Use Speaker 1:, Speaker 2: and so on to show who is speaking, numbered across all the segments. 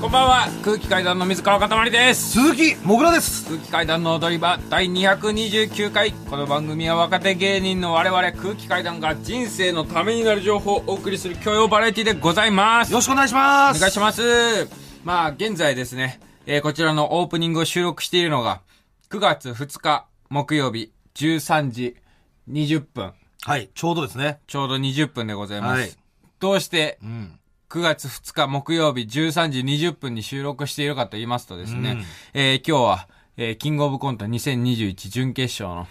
Speaker 1: こんばんは空気階段の水川かたまりです
Speaker 2: 鈴木もぐらです
Speaker 1: 空気階段の踊り場第229回この番組は若手芸人の我々空気階段が人生のためになる情報をお送りする教養バラエティでございます
Speaker 2: よろしくお願いしま
Speaker 1: お
Speaker 2: す
Speaker 1: 願いしますまあ現在ですね、えーこちらのオープニングを収録しているのが9月2日木曜日13時20分
Speaker 2: はいちょうどですね
Speaker 1: ちょうど20分でございます、
Speaker 2: はい
Speaker 1: どうして
Speaker 2: うん
Speaker 1: 9月2日木曜日13時20分に収録しているかと言いますとですね、えー今日は、えーキングオブコント2021準決勝の、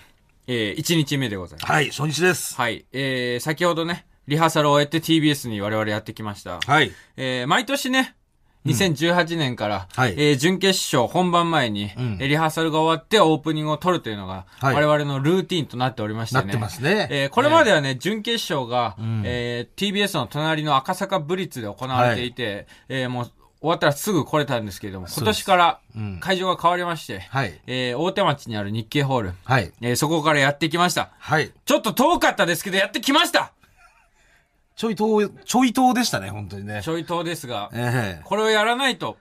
Speaker 1: え1日目でございます。
Speaker 2: はい初日です
Speaker 1: はい。えー先ほどね、リハーサルを終えて TBS に我々やってきました。
Speaker 2: はい
Speaker 1: えー毎年ね、2018年から、
Speaker 2: はい
Speaker 1: えー準決勝本番前に、
Speaker 2: ん
Speaker 1: えーリハーサルが終わってオープニングを撮るというのが、
Speaker 2: はい
Speaker 1: 我々のルーティンとなっておりましてね。
Speaker 2: なってますね
Speaker 1: えーこれまではね、準決勝が、えー TBS の隣の赤坂ブリッツで行われていて、えーもう終わったらすぐ来れたんですけれども、今年から
Speaker 2: うん
Speaker 1: 会場が変わりまして、
Speaker 2: はい
Speaker 1: えー大手町にある日経ホール、
Speaker 2: はい
Speaker 1: えーそこからやってきました。
Speaker 2: はい
Speaker 1: ちょっと遠かったですけど、やってきました
Speaker 2: ちょい遠ちょい遠でしたね本当にね
Speaker 1: ちょい遠ですが、
Speaker 2: ええ
Speaker 1: これをやらないと、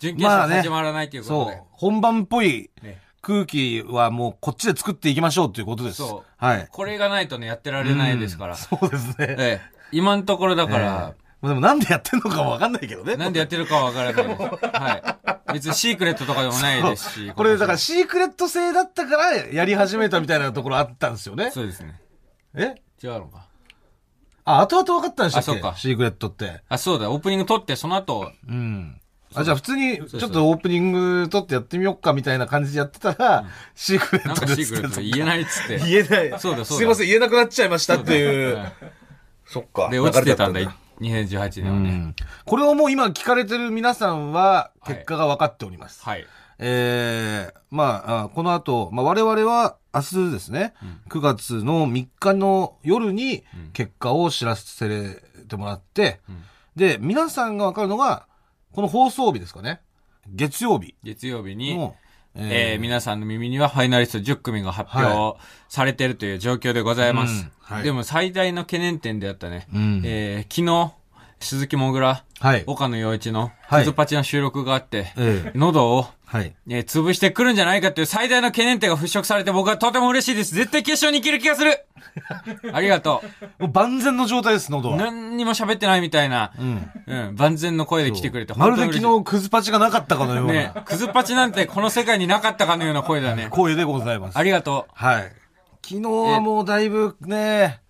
Speaker 1: 準決
Speaker 2: まあ
Speaker 1: 勝
Speaker 2: ね
Speaker 1: 始まらないということ
Speaker 2: そ
Speaker 1: で。
Speaker 2: う本番っぽい
Speaker 1: ね
Speaker 2: 空気はもうこっちで作っていきましょうということです
Speaker 1: そう
Speaker 2: はい
Speaker 1: これがないとね、やってられないですから。
Speaker 2: そうですね
Speaker 1: ええ、今のところだ
Speaker 2: だ
Speaker 1: から、
Speaker 2: でもなんでやってんのかわかんないけど ね
Speaker 1: なんでやってるかはわからないです。はい。別にシークレットとかでもないですし。
Speaker 2: これだから
Speaker 1: ら。
Speaker 2: シークレット制だったからやり始めたみたいなところあったんですよね
Speaker 1: そうですね。
Speaker 2: え
Speaker 1: 違うのか。
Speaker 2: あ後々分かったんでしたっけ
Speaker 1: あそうか
Speaker 2: シークレットって
Speaker 1: あ、そうだ、オープニング撮って、その後、
Speaker 2: うん。あ、じゃあ普通に、
Speaker 1: そう
Speaker 2: ちょっとオープニング撮ってやってみようかみたいな感じでやってたら、シークレ
Speaker 1: なん
Speaker 2: ット
Speaker 1: か
Speaker 2: です
Speaker 1: シークレット言え
Speaker 2: い。
Speaker 1: ないっつって。
Speaker 2: 言えない。
Speaker 1: そうだそうだ
Speaker 2: すいません、言えなくなっちゃいましたっていう。
Speaker 1: はい
Speaker 2: そっか
Speaker 1: で、落ちてたんだ
Speaker 2: 流れ、
Speaker 1: 2018年
Speaker 2: う
Speaker 1: はね。
Speaker 2: ん。これをもう今聞かれてる皆さんは、結果が分かっております。
Speaker 1: はい。
Speaker 2: ええまああ、この後、まあ我々は明日ですね、9月の3日の夜に結果を知らせてもらって、
Speaker 1: ん
Speaker 2: で、皆さんが分かるのが、この放送日ですかね。月曜日
Speaker 1: 月曜日に、
Speaker 2: の、
Speaker 1: えー
Speaker 2: ー
Speaker 1: 皆さんの耳にはファイナリスト10組が発表されてるという状況でございます。
Speaker 2: うんはい
Speaker 1: でも最大の懸念点であったね、
Speaker 2: うん
Speaker 1: えー昨日、鈴木もぐら、
Speaker 2: はい。
Speaker 1: 岡野陽一の、
Speaker 2: はい
Speaker 1: クズパチの収録があって、
Speaker 2: ええ
Speaker 1: 喉を、
Speaker 2: はい。
Speaker 1: えー潰してくるんじゃないかという最大の懸念点が払拭されて僕はとても嬉しいです。絶対決勝に行ける気がす るありがと
Speaker 2: もう万全の状態です、喉
Speaker 1: う。
Speaker 2: は。
Speaker 1: 何にも喋ってないみたいな、
Speaker 2: うん。
Speaker 1: うん、万全の声で来てくれて、
Speaker 2: まる
Speaker 1: 本当に嬉し
Speaker 2: で
Speaker 1: い
Speaker 2: 昨日、クズパチがなかったかのよう
Speaker 1: ね
Speaker 2: な、
Speaker 1: クズパチなんてこの世界になかったかのような声だ ね。
Speaker 2: 声でございます。
Speaker 1: ありがとう。
Speaker 2: はい。昨日はもうだいぶね、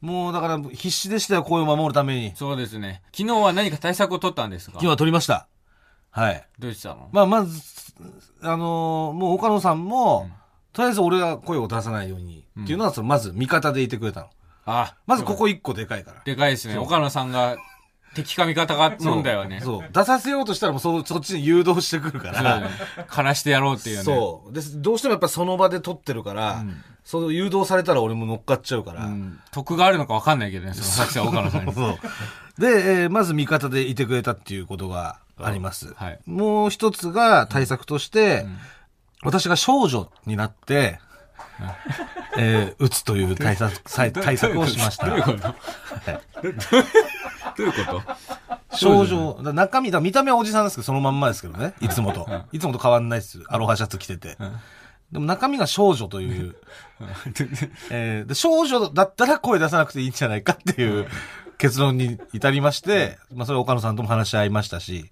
Speaker 2: もうだから必死でしたよ、声を守るために。
Speaker 1: そうですね。昨日は何か対策を取ったんですか
Speaker 2: 今日は撮りました。はい。
Speaker 1: どうしたの
Speaker 2: まあ、まず、あのーもう岡野さんも、とりあえず俺が声を出さないように、っていうのは、そのまず味方でいてくれたの。
Speaker 1: あ、
Speaker 2: まずここ一個でかいから。
Speaker 1: でかいですね。
Speaker 2: そう
Speaker 1: 岡野さんが敵か味方か問題はね。そう
Speaker 2: そう。出させようとしたらもうそそっちに誘導してくるか
Speaker 1: だね
Speaker 2: ら。。
Speaker 1: からしてやろうっていうね。
Speaker 2: そう。で、どうしてもやっぱその場で撮ってるから、その誘導されたら俺も乗っかっちゃうから。
Speaker 1: うん得があるのか分かんないけどね、その作者は岡野さんに。
Speaker 2: そう。で、えーまず味方でいてくれたっていうことがあります。
Speaker 1: はい
Speaker 2: もう一つが対策として、私が少女になって、えー打つという対 策、対対策をしまし
Speaker 1: どういう
Speaker 2: た。
Speaker 1: ことどういうこと
Speaker 2: 少女、だ中身、だ見た目はおじさんですけど、そのまんまですけどね。いつもと。いつもと変わんないです。アロハシャツ着てて。でも中身が少女という、えーで少女だったら声出さなくていいんじゃないかっていう結論に至りまして、まあそれは岡野さんとも話し合いましたし、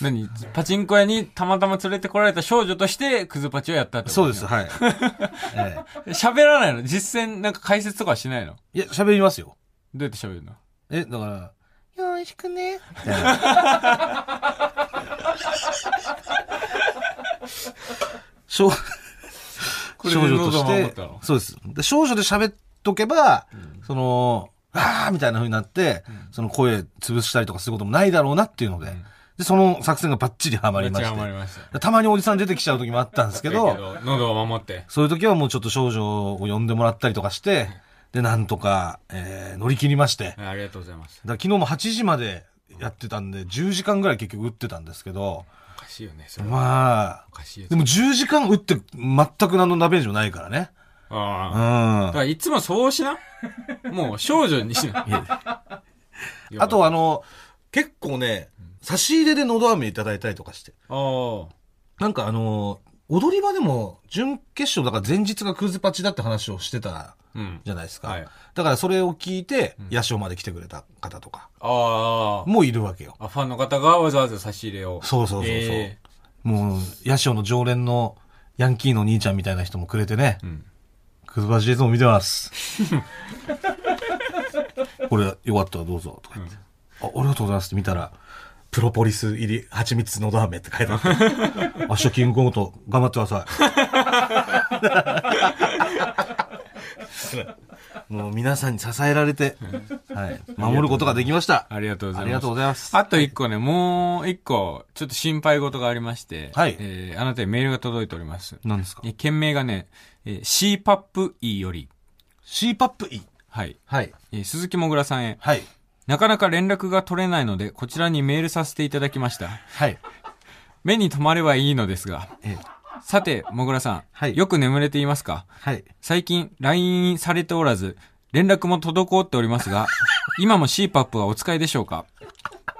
Speaker 1: 何パチンコ屋にたまたま連れてこられた少女として、クズパチをやったってこと
Speaker 2: そうです、 はい。え
Speaker 1: 喋らないの実践、なんか解説とかはしないのど
Speaker 2: えいや、喋りますよ。
Speaker 1: うやって喋るの
Speaker 2: え、だから、よろしくね。みたいな少
Speaker 1: これ
Speaker 2: 少女とし
Speaker 1: 喉守ってたの、
Speaker 2: そうです。で少女で喋っとけば、その、あーみたいな風になって、その声潰したりとかすることもないだろうなっていうので、で、その作戦がバッチリハマりま
Speaker 1: めっち
Speaker 2: し
Speaker 1: ゃハマりま
Speaker 2: て。
Speaker 1: した。
Speaker 2: たまにおじさん出てきちゃう時もあったんですけど、
Speaker 1: だけど喉を守って。
Speaker 2: そういう時はもうちょっと少女を呼んでもらったりとかして、で、なんとか、えー乗り切りまして、だか
Speaker 1: はいありがとうございます。
Speaker 2: ら昨日も8時までやってたんで、10時間ぐらい結局打ってたんですけど、
Speaker 1: おかしいよね、それは。
Speaker 2: まあ
Speaker 1: お、かしいよ
Speaker 2: でも10時間打って全く何のダメージもないからね。
Speaker 1: あ
Speaker 2: う
Speaker 1: あ。だ
Speaker 2: ん。
Speaker 1: からいつもそうしな。もう少女にしな。
Speaker 2: あとあの、結構ね、差し入れでのど飴いただいたりとかして。
Speaker 1: お
Speaker 2: なんかあのー踊り場でも、準決勝だから前日がクズパチだって話をしてた
Speaker 1: うん。
Speaker 2: じゃないですか。
Speaker 1: はい
Speaker 2: だからそれを聞いて、野賞まで来てくれた方とか、
Speaker 1: あ
Speaker 2: もういるわけよ。
Speaker 1: あ。あ、ファンの方がわざわざ差し入れを。
Speaker 2: そうそうそうそう。
Speaker 1: え
Speaker 2: もう、野賞の常連のヤンキーの兄ちゃんみたいな人もくれてね、
Speaker 1: ん
Speaker 2: クズパチいつも見て ます。これ、よかったらどうぞ、とか言って、あ、ありがとうございますって見たら、プロポリス入り蜂蜜のど飴って書いてあって、 明日キングコント頑張ってください。 もう皆さんに支えられて、はい、守ることができました。
Speaker 1: ありがとうございます
Speaker 2: ありがとうございます。
Speaker 1: あと一個ね、もう一個、ちょっと心配事がありまして、
Speaker 2: はい
Speaker 1: えーあなたにメールが届いております。
Speaker 2: 何ですか
Speaker 1: え、件名がね、えー、CPAPE より、
Speaker 2: ?CPAP-E。
Speaker 1: はい、
Speaker 2: はい。
Speaker 1: えー鈴木もぐらさんへ、
Speaker 2: はい。
Speaker 1: なかなか連絡が取れないので、こちらにメールさせていただきました。
Speaker 2: はい。
Speaker 1: 目に留まればいいのですが、
Speaker 2: え、
Speaker 1: さて、もぐらさん、
Speaker 2: はい
Speaker 1: よく眠れていますか
Speaker 2: はい。
Speaker 1: 最近、LINE されておらず、連絡も滞っておりますが、今も CPAP はお使いでしょうか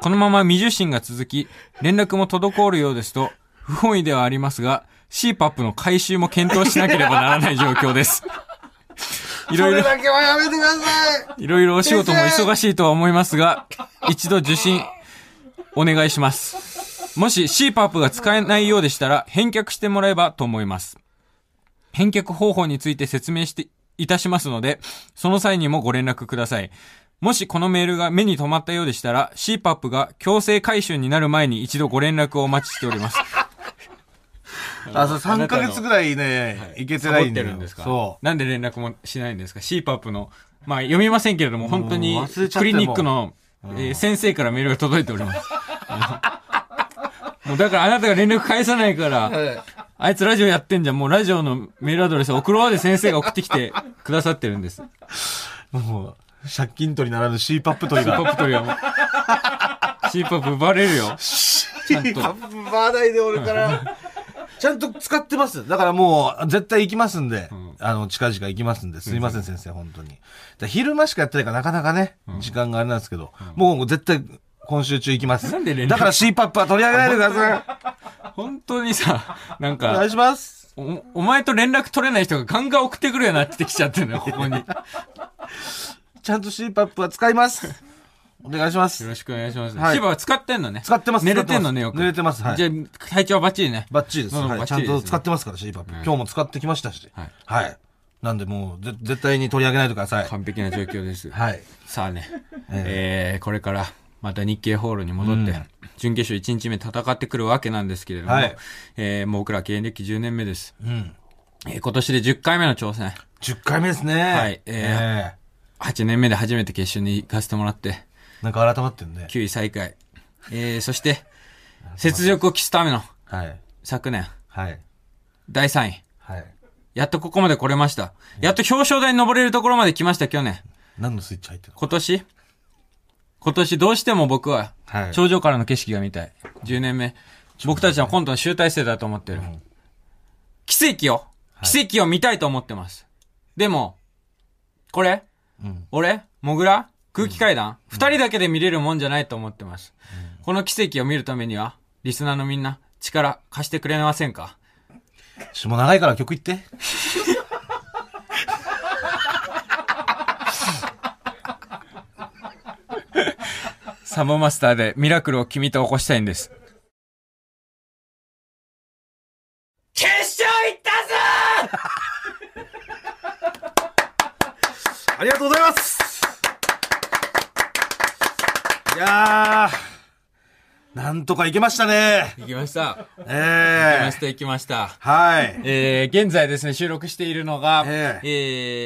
Speaker 1: このまま未受信が続き、連絡も滞るようですと、不本意ではありますが、CPAP の回収も検討しなければならない状況です。いろいろ、
Speaker 2: だけはやめてください
Speaker 1: いろいろお仕事も忙しいとは思いますが、一度受信、お願いします。もし CPAP が使えないようでしたら、返却してもらえばと思います。返却方法について説明して、いたしますので、その際にもご連絡ください。もしこのメールが目に留まったようでしたら、CPAP が強制回収になる前に一度ご連絡をお待ちしております。
Speaker 2: あ、そう、3ヶ月ぐらいね、いけてないんだ
Speaker 1: サボって
Speaker 2: よ
Speaker 1: るんですか
Speaker 2: そ
Speaker 1: なんで連絡もしないんですか ?CPAP の。まあ読みませんけれども、本当に
Speaker 2: もう忘れちゃって
Speaker 1: クリニックの、えー先生からメールが届いております。 もうだからあなたが連絡返さないから、あいつラジオやってんじゃん。もうラジオのメールアドレス送ろうで先生が送ってきて くださってるんです。
Speaker 2: う。もう、借金取りならぬ CPAP 取り が。
Speaker 1: CPAP 取りはもう。CPAP バレるよ。
Speaker 2: ちゃんと。バーダイで俺 から。ちゃんと使ってます。だからもう、絶対行きますんで、あの、近々行きますんで、すいません先生、本当に。だ昼間しかやってないからなかなかね、時間があれなんですけど、もう絶対今週中行きます。
Speaker 1: なんで連絡
Speaker 2: だから CPAP は取り上げないでください。
Speaker 1: 本当にさ、なん
Speaker 2: お願
Speaker 1: か
Speaker 2: い、します。
Speaker 1: お、お前と連絡取れない人がガンガン送ってくるようになってきちゃってるのよ、ここに。よ
Speaker 2: ちゃんと CPAP は使います。お願いします。
Speaker 1: ろしくお願いします。
Speaker 2: はい
Speaker 1: シバは使ってんのね。
Speaker 2: 使ってます。
Speaker 1: 寝れてんのね、
Speaker 2: 使っ
Speaker 1: よ
Speaker 2: て
Speaker 1: く。
Speaker 2: ます寝れてます。はい。
Speaker 1: じゃあ、体調はバッチリね。
Speaker 2: バッチリです。
Speaker 1: うん
Speaker 2: は
Speaker 1: バ
Speaker 2: い。
Speaker 1: ッ
Speaker 2: ち
Speaker 1: チ
Speaker 2: ゃ
Speaker 1: リ
Speaker 2: ん
Speaker 1: ですね
Speaker 2: と使ってますから、シーパップ。今日も使ってきましたし。
Speaker 1: はい
Speaker 2: はい。なんでもう、ぜ絶対に取り上げないでください。
Speaker 1: 完璧な状況です。
Speaker 2: はい。
Speaker 1: さあね、えー、これから、また日経ホールに戻って、準決勝1日目戦ってくるわけなんですけれども、
Speaker 2: はい
Speaker 1: えー、もう僕ら芸歴10年目です。
Speaker 2: うん。
Speaker 1: えー、今年で10回目の挑戦。
Speaker 2: 10回目ですね。
Speaker 1: はい
Speaker 2: え
Speaker 1: 8年目で初めて決勝に行かせてもらって、
Speaker 2: え。なんか改まってるね。
Speaker 1: 9位最下位。えー、そして、 雪辱を期すための、
Speaker 2: はい。
Speaker 1: 昨年、
Speaker 2: はい。
Speaker 1: 第3位。
Speaker 2: はい。
Speaker 1: やっとここまで来れました。やっと表彰台に登れるところまで来ました、去年。
Speaker 2: 何のスイッチ入ってるの
Speaker 1: 今年今年どうしても僕は、
Speaker 2: はい
Speaker 1: 頂上からの景色が見たい。10年目。僕たちは今度は集大成だと思ってる。奇跡を、奇跡を見たいと思ってます。でも、これ、
Speaker 2: うん
Speaker 1: 俺モグラ空気階段二、人だけで見れるもんじゃないと思ってます。この奇跡を見るためには、リスナーのみんな、力貸してくれませんか
Speaker 2: ちょもう長いから曲いって。
Speaker 1: サボマスターでミラクルを君と起こしたいんです。決勝行ったぞー
Speaker 2: ありがとうございますいやー、なんとかいけましたね。
Speaker 1: 行きました。
Speaker 2: え
Speaker 1: 行きま
Speaker 2: え
Speaker 1: した、行きました。
Speaker 2: はい。
Speaker 1: えー、現在ですね、収録しているのが、
Speaker 2: え
Speaker 1: え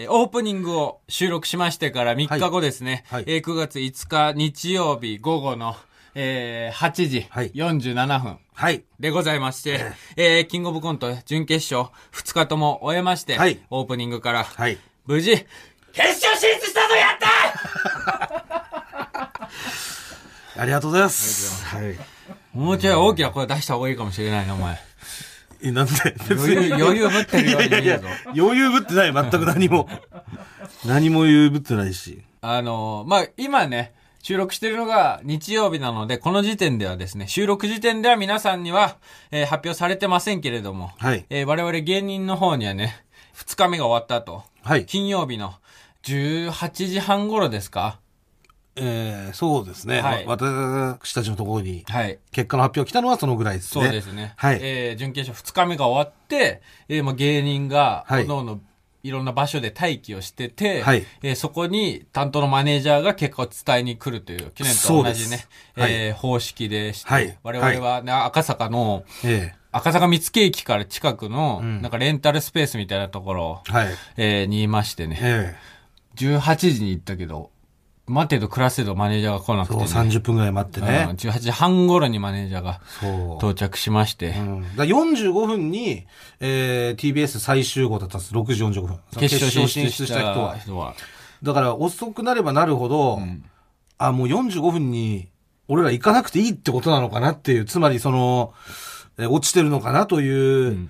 Speaker 1: ーオープニングを収録しましてから3日後ですね、
Speaker 2: はいはい
Speaker 1: えー9月5日日曜日午後の、えー8時
Speaker 2: はい
Speaker 1: 47分
Speaker 2: はい。
Speaker 1: でございまして、えーキングオブコント準決勝2日とも終えまして、
Speaker 2: はい
Speaker 1: オープニングから、
Speaker 2: はい。
Speaker 1: 無事、決勝進出したぞやった
Speaker 2: ありがとうございます。はい。
Speaker 1: もうちょい大きな声出した方がいいかもしれないな、お前。
Speaker 2: え、なんで
Speaker 1: 余裕、余裕ぶってるように見えるぞ。
Speaker 2: 余裕ぶってない、全く何も。何も余裕ぶってないし。
Speaker 1: あのまあ、今ね、収録してるのが日曜日なので、この時点ではですね、収録時点では皆さんには、えー発表されてませんけれども、
Speaker 2: はい
Speaker 1: えー我々芸人の方にはね、2日目が終わった後、
Speaker 2: はい。
Speaker 1: 金曜日の18時半頃ですか
Speaker 2: えー、そうですね。
Speaker 1: はい
Speaker 2: わ私たちのところに、
Speaker 1: はい。
Speaker 2: 結果の発表来たのはそのぐらいですね。
Speaker 1: そうですね。
Speaker 2: はい
Speaker 1: えー準決勝2日目が終わって、えーまあ、芸人が、
Speaker 2: はい
Speaker 1: 各々いろんな場所で待機をしてて、
Speaker 2: はい
Speaker 1: えーそこに担当のマネージャーが結果を伝えに来るという、去年と同じね、
Speaker 2: そうです
Speaker 1: えー方式でして、
Speaker 2: はい
Speaker 1: 我々は、ね赤坂の、
Speaker 2: え
Speaker 1: 赤坂三月駅から近くの、
Speaker 2: ん
Speaker 1: なんかレンタルスペースみたいなところ、
Speaker 2: えはい。
Speaker 1: えーにいましてね、
Speaker 2: え
Speaker 1: 18時に行ったけど、待てど暮らせどマネージャーが来な
Speaker 2: え
Speaker 1: く
Speaker 2: そう、
Speaker 1: て、ね
Speaker 2: 30分ぐらい待って
Speaker 1: うん
Speaker 2: ね。
Speaker 1: 18時半頃にマネージャーが
Speaker 2: そう。
Speaker 1: 到着しまして、
Speaker 2: うん、だから45分に、えー、TBS 最終号だったんです。6時45分。
Speaker 1: 決勝進出
Speaker 2: 決勝進
Speaker 1: した人
Speaker 2: 人
Speaker 1: は
Speaker 2: は。。だから遅くなればなるほど、あ、もう45分に俺ら行かなくていいってことなのかなっていう、つまりその、えー落ちてるのかなという、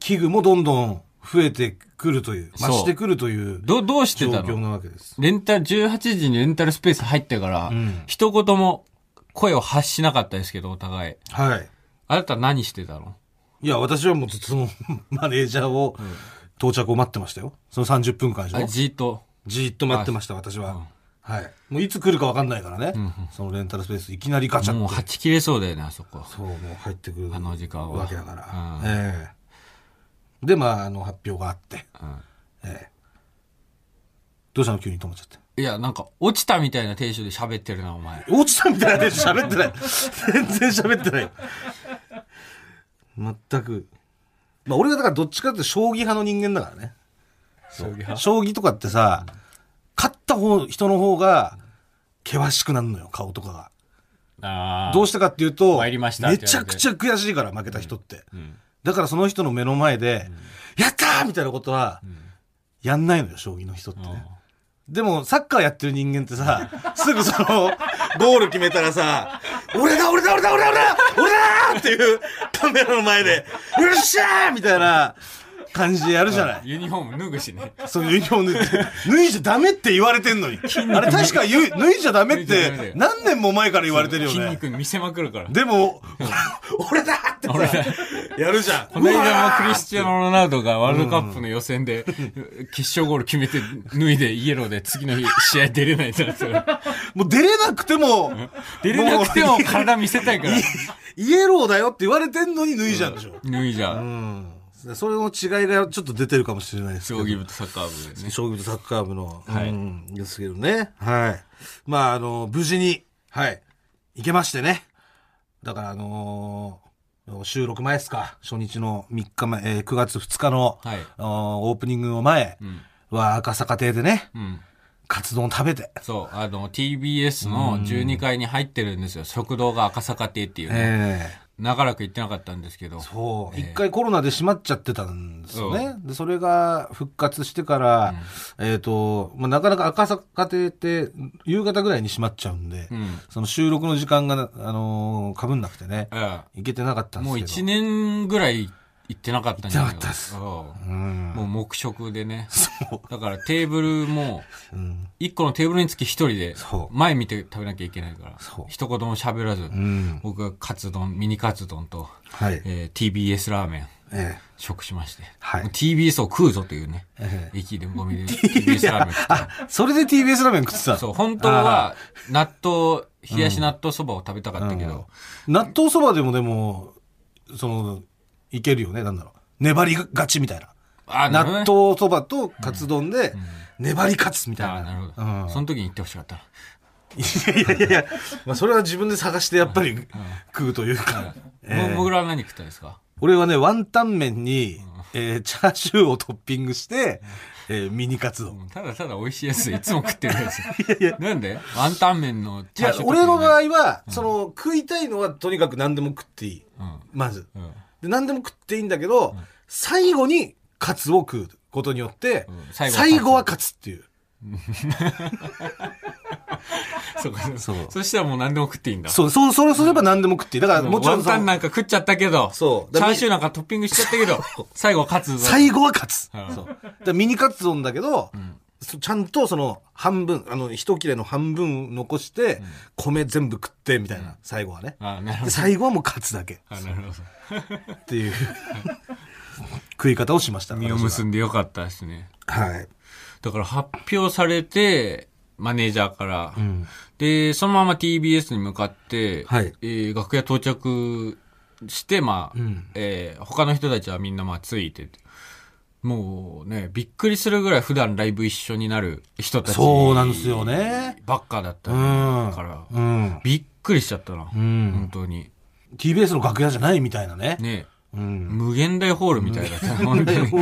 Speaker 2: 器具もどんどん増えてくるという、
Speaker 1: そう
Speaker 2: 増してくるという
Speaker 1: ど、どうして
Speaker 2: 状
Speaker 1: た
Speaker 2: 況
Speaker 1: の
Speaker 2: なわけです。
Speaker 1: レンタル、18時にレンタルスペース入ってから、
Speaker 2: ん
Speaker 1: 一言も声を発しなかったですけど、お互い。
Speaker 2: はい。
Speaker 1: あなた何してたの
Speaker 2: いや、私はもうずっとその マネージャーを、到着を待ってましたよ。その30分間でし
Speaker 1: あ
Speaker 2: ょ。
Speaker 1: じーっと。
Speaker 2: じーっと待ってました、私は。はい。もういつ来るかわかんないからね。そのレンタルスペースいきなりガチャ
Speaker 1: もう
Speaker 2: って。
Speaker 1: はち切れそうだよね、あそこ。
Speaker 2: そう、もう入ってくる
Speaker 1: あの時間は
Speaker 2: わけだから。
Speaker 1: うん
Speaker 2: ええで、まあ、あの、発表があって。
Speaker 1: うん
Speaker 2: ええどうしたの急に止まっちゃって。
Speaker 1: いや、なんか、落ちたみたいなテンションで喋ってるな、お前。
Speaker 2: 落ちたみたいなテンション喋ってない。全然喋ってない。全く。まあ、俺がだからどっちかっていうと将棋派の人間だからね。
Speaker 1: 将棋派
Speaker 2: 将棋とかってさ、勝った方、人の方が、険しくなるのよ、顔とかが。
Speaker 1: ああ。
Speaker 2: どうしてかっていうと、
Speaker 1: 参りましたって
Speaker 2: め
Speaker 1: 言われて
Speaker 2: ちゃくちゃ悔しいから、負けた人って。
Speaker 1: うん。
Speaker 2: だからその人の目の前で、やったーみたいなことは、やんないのよ、将棋の人ってね。でも、サッカーやってる人間ってさ、 すぐその、ゴール決めたらさ、俺だ、俺だ、俺だ、俺だ、俺だ、俺だーっていうカメラの前で、よっしゃーみたいな感じでやるじゃない。
Speaker 1: ユニフォーム脱ぐし ね。
Speaker 2: そういうユニフォームで、脱いじゃダメって言われてんのに。あれ確かゆ脱いじゃダメ
Speaker 1: 脱
Speaker 2: っ
Speaker 1: いじゃダメだよ
Speaker 2: て、何年も前から言われてるよ
Speaker 1: 筋
Speaker 2: ね。
Speaker 1: 肉見せまくるから。
Speaker 2: でも、俺だってさやるじゃん。
Speaker 1: この間も
Speaker 2: う
Speaker 1: ク
Speaker 2: わ
Speaker 1: リ
Speaker 2: ー
Speaker 1: スチアーノ・ロナウドがワールドカップの予選で、決勝ゴール決めて脱いでイエローで次の日試合出れないってなってた
Speaker 2: もう出れなくても、
Speaker 1: 出れなくても
Speaker 2: う
Speaker 1: 体見せたいから。
Speaker 2: イイエローだよって言われてんのに脱いじゃんでしょ。
Speaker 1: 脱いじゃ。
Speaker 2: うんん。それの違いがちょっと出てるかもしれないですけ
Speaker 1: 将
Speaker 2: ど。
Speaker 1: 棋部とサッカー部でね。
Speaker 2: 将棋部とサッカー部の。
Speaker 1: はい
Speaker 2: うん。ですけどね。はい。まあ、あの、無事に、はい。行けましてね。だから、あのー収録前ですか。初日の3日前、えー9月2日の、
Speaker 1: はい
Speaker 2: あーオープニングの前
Speaker 1: うん。
Speaker 2: は赤坂亭でね、
Speaker 1: うん。
Speaker 2: カツ丼食べて。
Speaker 1: そう、あの、TBS の12階に入ってるんですよ。食堂が赤坂亭っていうね。
Speaker 2: ええ
Speaker 1: 長らく行ってなかったんですけど。
Speaker 2: そう。
Speaker 1: え
Speaker 2: 一、
Speaker 1: え
Speaker 2: 回コロナで閉まっちゃってたんですよね。で、それが復活してから、えっ、と、まあ、なかなか赤坂亭って夕方ぐらいに閉まっちゃうんで、
Speaker 1: うん。
Speaker 2: その収録の時間が、あのー被んなくてね、
Speaker 1: え
Speaker 2: 行けてなかった
Speaker 1: え
Speaker 2: んで
Speaker 1: も
Speaker 2: す
Speaker 1: う
Speaker 2: けど。
Speaker 1: 1年ぐらい行ってなかったんじゃない
Speaker 2: 行ってなかったです
Speaker 1: うん
Speaker 2: うん。
Speaker 1: もう黙食でね。
Speaker 2: そ
Speaker 1: だからテーブルも、
Speaker 2: う。うん。
Speaker 1: 一個のテーブルにつき一人で
Speaker 2: そ、う
Speaker 1: 前見て食べなきゃいけないから
Speaker 2: そう、
Speaker 1: 一言も喋らず、
Speaker 2: うん。
Speaker 1: 僕はカツ丼、ミニカツ丼と、
Speaker 2: はい。
Speaker 1: え
Speaker 2: え
Speaker 1: ー TBS ラーメン、
Speaker 2: え
Speaker 1: 食しまして、
Speaker 2: はい
Speaker 1: もう TBS を食うぞというね、
Speaker 2: え
Speaker 1: 駅でゴミ で
Speaker 2: え
Speaker 1: TBS ラーメン食って
Speaker 2: あ、それで TBS ラーメン食ってたの
Speaker 1: そう、本当は納豆、冷やし納豆そばを食べたかったけど、
Speaker 2: 納豆そばでもでも、その、いけるよね。なんだろう。粘りがちみたいな。
Speaker 1: あなるほどね
Speaker 2: 納豆そばとカツ丼で、粘りカツみたいな。
Speaker 1: あなるほど、
Speaker 2: うん
Speaker 1: その時に行ってほしかったな。
Speaker 2: いやいやいや、まあ、それは自分で探してやっぱり食うというか。えー
Speaker 1: も僕らは何食ったんですか
Speaker 2: 俺はね、ワンタン麺に、えーチャーシューをトッピングして、えーミニカツ丼。
Speaker 1: うんただただ美味しいやつでい つも食ってるやつ。なんでワンタン麺の
Speaker 2: い
Speaker 1: チャー
Speaker 2: や
Speaker 1: シュー、
Speaker 2: 俺の場
Speaker 1: 合、
Speaker 2: 合は、その、食いたいのはとにかく何でも食っていい。まず。
Speaker 1: うんうん
Speaker 2: で、何でも食っていいんだけど、最後にカツを食うことによって、
Speaker 1: うん最
Speaker 2: 最
Speaker 1: 後
Speaker 2: 後
Speaker 1: はカツ
Speaker 2: はカツっていう。
Speaker 1: そうか、
Speaker 2: そ
Speaker 1: そうう。そしたらもう何でも食っていいんだ。
Speaker 2: そう、そう、それすれば何でも食っていい。だから、
Speaker 1: も
Speaker 2: も
Speaker 1: ち
Speaker 2: ち
Speaker 1: ろ
Speaker 2: ろ
Speaker 1: ん。ワン
Speaker 2: んそ
Speaker 1: タン
Speaker 2: の、
Speaker 1: なんか食っちゃったけど、
Speaker 2: そう
Speaker 1: チャーシューなんかトッピングしちゃったけど、最後勝つぞ。
Speaker 2: 最後はカツ。
Speaker 1: うん
Speaker 2: そう。だからミニカツ丼だけど、そちゃんとその半分、あの、一切れの半分残して、米全部食って、みたいな、最後はね。
Speaker 1: あなるほ
Speaker 2: で
Speaker 1: ど。
Speaker 2: 最後はもう勝つだけ。
Speaker 1: あなるほど。
Speaker 2: っ ていう食い方をしました。
Speaker 1: 実を結
Speaker 2: 私
Speaker 1: んでよかったですね。
Speaker 2: ははい。
Speaker 1: だから発表されて、マネージャーから、
Speaker 2: ん
Speaker 1: で、そのまま TBS に向かって、
Speaker 2: はい
Speaker 1: えー楽屋到着して、まあ、えー他の人たちはみんなまあついてて、もうね、びっくりするぐらい普段ライブ一緒になる人たち
Speaker 2: そうなんですよね。
Speaker 1: ばっかだった
Speaker 2: うん。
Speaker 1: から、
Speaker 2: うん。
Speaker 1: びっくりしちゃったな、
Speaker 2: ん
Speaker 1: 本当に。
Speaker 2: TBS の楽屋じゃないみたいなね。
Speaker 1: ね、
Speaker 2: うん。
Speaker 1: 無限大ホールみたいだった、本当に。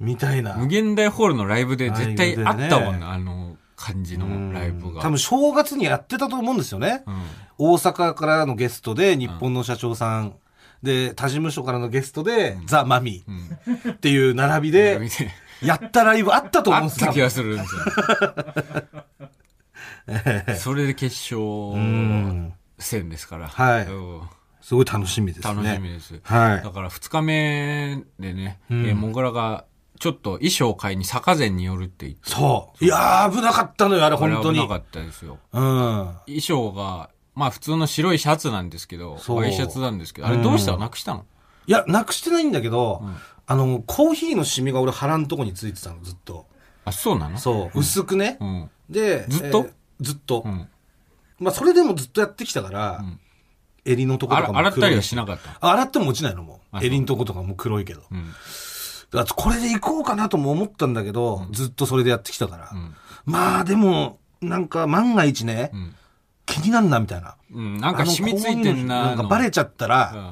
Speaker 2: みたいな。
Speaker 1: 無限大ホールのライブで絶対あったもんな、
Speaker 2: ライブでね
Speaker 1: あの感じのライブが。
Speaker 2: 多分正月にやってたと思うんですよね。
Speaker 1: うん
Speaker 2: 大阪からのゲストで日本の社長さん、で、他事務所からのゲストで、ザ・マミーっていう並
Speaker 1: 見
Speaker 2: びで、
Speaker 1: て
Speaker 2: やったライブあったと思うん
Speaker 1: あ
Speaker 2: で
Speaker 1: っ
Speaker 2: すよ
Speaker 1: た。気がするんです よ。それで決勝戦ですから。
Speaker 2: はい
Speaker 1: うん
Speaker 2: すごい楽しみですね。
Speaker 1: 楽しみです。
Speaker 2: はい
Speaker 1: だから2日目でね、えーモグラがちょっと衣装を買いに坂前に寄るって言って、
Speaker 2: そう。いやー、危なかったのよ、あれ、
Speaker 1: これ
Speaker 2: 本当
Speaker 1: 危
Speaker 2: に。
Speaker 1: なかったですよ。
Speaker 2: うん。
Speaker 1: 衣装が、まあ普通の白いシャツなんですけど、
Speaker 2: そう
Speaker 1: ワイシャツなんですけど、あれどうしたのなくしたの
Speaker 2: いや、なくしてないんだけど、あの、コーヒーのシミが俺腹のとこについてたの、ずっと。
Speaker 1: あ、そうなの
Speaker 2: そう。薄くね。
Speaker 1: うん。
Speaker 2: で、
Speaker 1: ずっと
Speaker 2: えーずっと。
Speaker 1: うん。
Speaker 2: まあ、それでもずっとやってきたから、襟のとこと
Speaker 1: あ
Speaker 2: からも
Speaker 1: 洗ったりは
Speaker 2: し
Speaker 1: しなかった。
Speaker 2: 洗っても落ちないのも
Speaker 1: あ
Speaker 2: う。襟のとことかも黒いけど。
Speaker 1: うん。
Speaker 2: だからこれで行こうかなとも思ったんだけど、ずっとそれでやってきたから。
Speaker 1: ん
Speaker 2: まあ、でも、なんか万が一ね、
Speaker 1: ん
Speaker 2: 気になんなみたいな。
Speaker 1: うん。なんか染みついてんな。
Speaker 2: あのこういうのなんかバレちゃったら、
Speaker 1: うん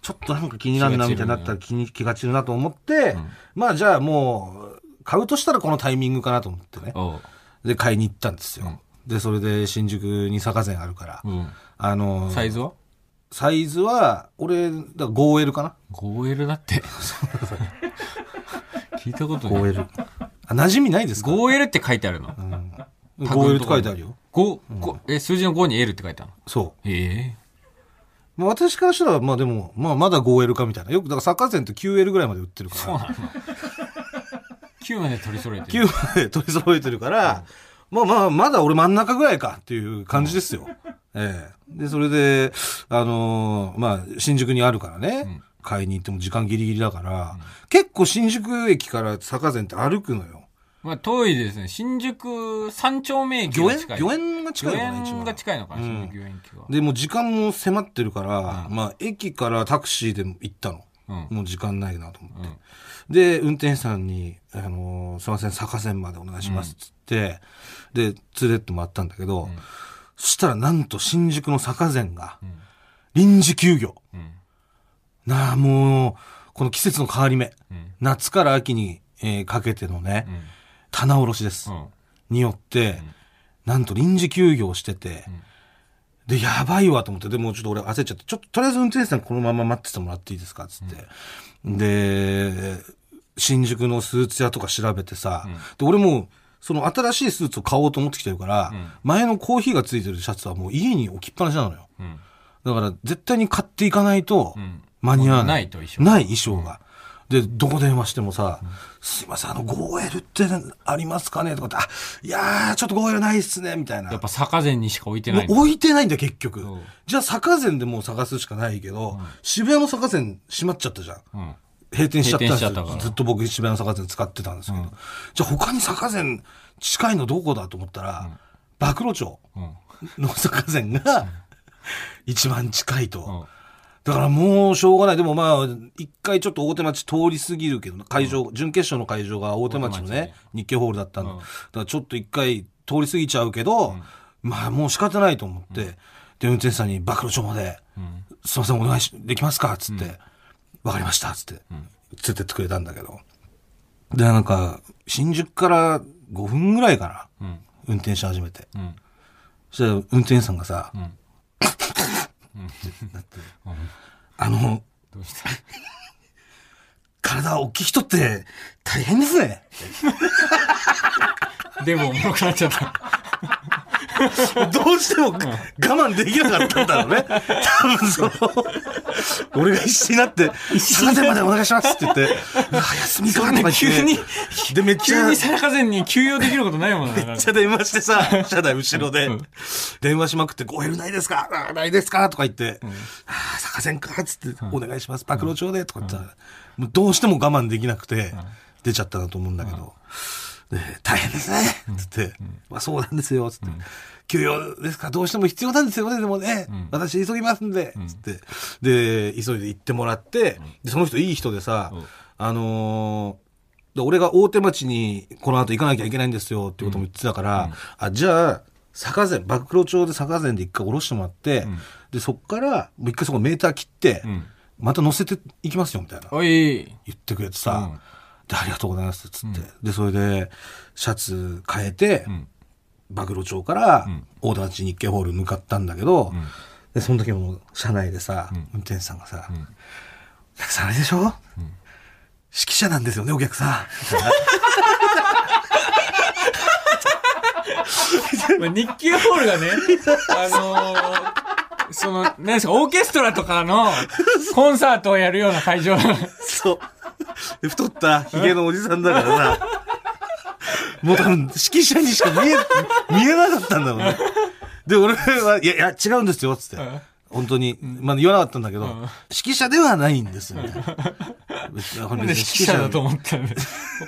Speaker 2: ちょっとなんか気になるなみたいになったら気に気が散るなと思って、まあじゃあもう、買うとしたらこのタイミングかなと思ってね。
Speaker 1: おう
Speaker 2: で、買いに行ったんですよ。で、それで新宿に坂前あるから、
Speaker 1: うん。
Speaker 2: あの、
Speaker 1: サイズは
Speaker 2: サイズは、俺、だから 5L かな
Speaker 1: ?5L だって。 聞いたことない。
Speaker 2: ?5L。あ、馴染みないですか
Speaker 1: 5L って書いてあるの。
Speaker 2: ?5L って書いてあるよ。
Speaker 1: 5、5え、数字の5に L って書いてあるの。
Speaker 2: そ
Speaker 1: ええ
Speaker 2: う。まあ、私からしたら、まあでも、まあまだ 5L かみたいな。よく、だから坂前って 9L ぐらいまで売ってるから。
Speaker 1: 9まで取り揃えてる。
Speaker 2: 9まで取り揃えてるから、まあまあ、まだ俺真ん中ぐらいかっていう感じですよ。ええで、それで、あのーまあ、新宿にあるからね、買いに行っても時間ギリギリだから、結構新宿駅から坂前って歩くのよ。
Speaker 1: まあ遠いですね。新宿三丁目駅
Speaker 2: 御
Speaker 1: が
Speaker 2: 苑
Speaker 1: 近い。
Speaker 2: 御苑が近いのかな、一
Speaker 1: 御苑
Speaker 2: 番。
Speaker 1: が近いのかな、新宿御苑駅は。
Speaker 2: で、もう時間も迫ってるから、まあ、駅からタクシーでも行ったの。
Speaker 1: う
Speaker 2: もう時間ないなと思って。で、運転手さんに、あのーすいません、坂線までお願いしますっつって、で、連れてってもらったんだけど、そしたらなんと新宿の坂線が、臨時休業。
Speaker 1: ん
Speaker 2: なあ、もう、この季節の変わり目。
Speaker 1: ん
Speaker 2: 夏から秋に、えーかけてのね、
Speaker 1: ん
Speaker 2: 棚卸しです。
Speaker 1: うん。
Speaker 2: によって、なんと臨時休業してて、で、やばいわと思って、でもうちょっと俺焦っちゃって、ちょっととりあえず運転手さんこのまま待っててもらっていいですかっつって。で、新宿のスーツ屋とか調べてさ、で、俺もう、その新しいスーツを買おうと思ってきてるから、前のコーヒーがついてるシャツはもう家に置きっぱなしなのよ。
Speaker 1: うん。
Speaker 2: だから絶対に買っていかないと
Speaker 1: ん
Speaker 2: 間に合わない。
Speaker 1: ないと衣装
Speaker 2: ない衣装が。で、どこ電話してもさ、すいません、あの 5L ってありますかねとかって、あ、いやー、ちょっと 5L ないっすね、みたいな。
Speaker 1: やっぱ坂前にしか置いてない
Speaker 2: もう置いてないんだよ、結局
Speaker 1: ん。
Speaker 2: じゃあ坂前でもう探すしかないけど、渋谷の坂前閉まっちゃったじゃん。
Speaker 1: うん。
Speaker 2: 閉店しちゃったん
Speaker 1: 閉店
Speaker 2: ですよ
Speaker 1: しちゃったから
Speaker 2: ずっと僕渋谷の坂前使ってたんですけど。じゃあ他に坂前近いのどこだと思ったら、馬黒町
Speaker 1: うん。
Speaker 2: の坂前が一番近いと。
Speaker 1: うん。
Speaker 2: だからもうしょうがない。でもまあ、一回ちょっと大手町通り過ぎるけど、会場、準決勝の会場が大手町の
Speaker 1: 大手町
Speaker 2: ね、日経ホールだったんで、
Speaker 1: うん
Speaker 2: だからちょっと一回通り過ぎちゃうけど、まあもう仕方ないと思って、で、運転手さんに暴露帳まで、
Speaker 1: うん。
Speaker 2: すいません、お願いしできますかつって、わ、かりましたつって、連れてってくれたんだけど。で、なんか、新宿から5分ぐらいかな、
Speaker 1: うん
Speaker 2: 運転し始めて。
Speaker 1: うん。
Speaker 2: そしたら運転手さんが さ、
Speaker 1: ん
Speaker 2: ってなって、あの、
Speaker 1: どうした
Speaker 2: 体大きい人って大変ですね。
Speaker 1: でも、おもろくなっちゃった。
Speaker 2: どうしても我慢できなかったんだろう ね。多分その、俺が必死になって、すいませんまでお願いしますって言って、うわ休みかとか言って
Speaker 1: 急に、
Speaker 2: で、めっち
Speaker 1: 急
Speaker 2: ゃ、
Speaker 1: に
Speaker 2: め
Speaker 1: さやかぜんに休養できることないもんな。
Speaker 2: っちゃ電話して さ、車台後ろで、電話しまくって、ごヘルないですかあーないですかとか言って、ああ、坂線かっつって、お願いします。暴露帳でとか言ったら、もうどうしても我慢できなくて、出ちゃったなと思うんだけど、で大変ですねつって、まあそうなんですよ、つって。休養ですかどうしても必要なんですよね、でもね。私急ぎますんで、つって。で、急いで行ってもらって、でその人いい人でさ、あのーで俺が大手町にこの後行かなきゃいけないんですよってことも言ってたから、あ、じゃあ、坂前、暴露町で坂前で一回降ろしてもらって、で、そっから、もう一回そこメーター切って、
Speaker 1: ん
Speaker 2: また乗せていきますよ、みたいな。
Speaker 1: おい。
Speaker 2: 言ってくれてさ、で、ありがとうございます、つって。で、それで、シャツ変えて、馬黒町から、大田町日経ホールに向かったんだけど、で、その時も、車内でさ、運転手さんがさ、お客さんあれでしょ、指揮者なんですよね、お客さ
Speaker 1: まあ、日給ホールがね、あのー、その、何ですか、オーケストラとかのコンサートをやるような会場。
Speaker 2: ん。そう。で太ったヒゲのおじさんだからさ、もう多分、指揮者にしか見え、見えなかったんだろうね。で、俺は、いや、いや、違うんですよ、つって。本当に、まあ言わなかったんだけど、指揮者ではないんです、みたいな。別にこれ
Speaker 1: なん
Speaker 2: 別
Speaker 1: で
Speaker 2: に
Speaker 1: 指揮者だと思ったんで。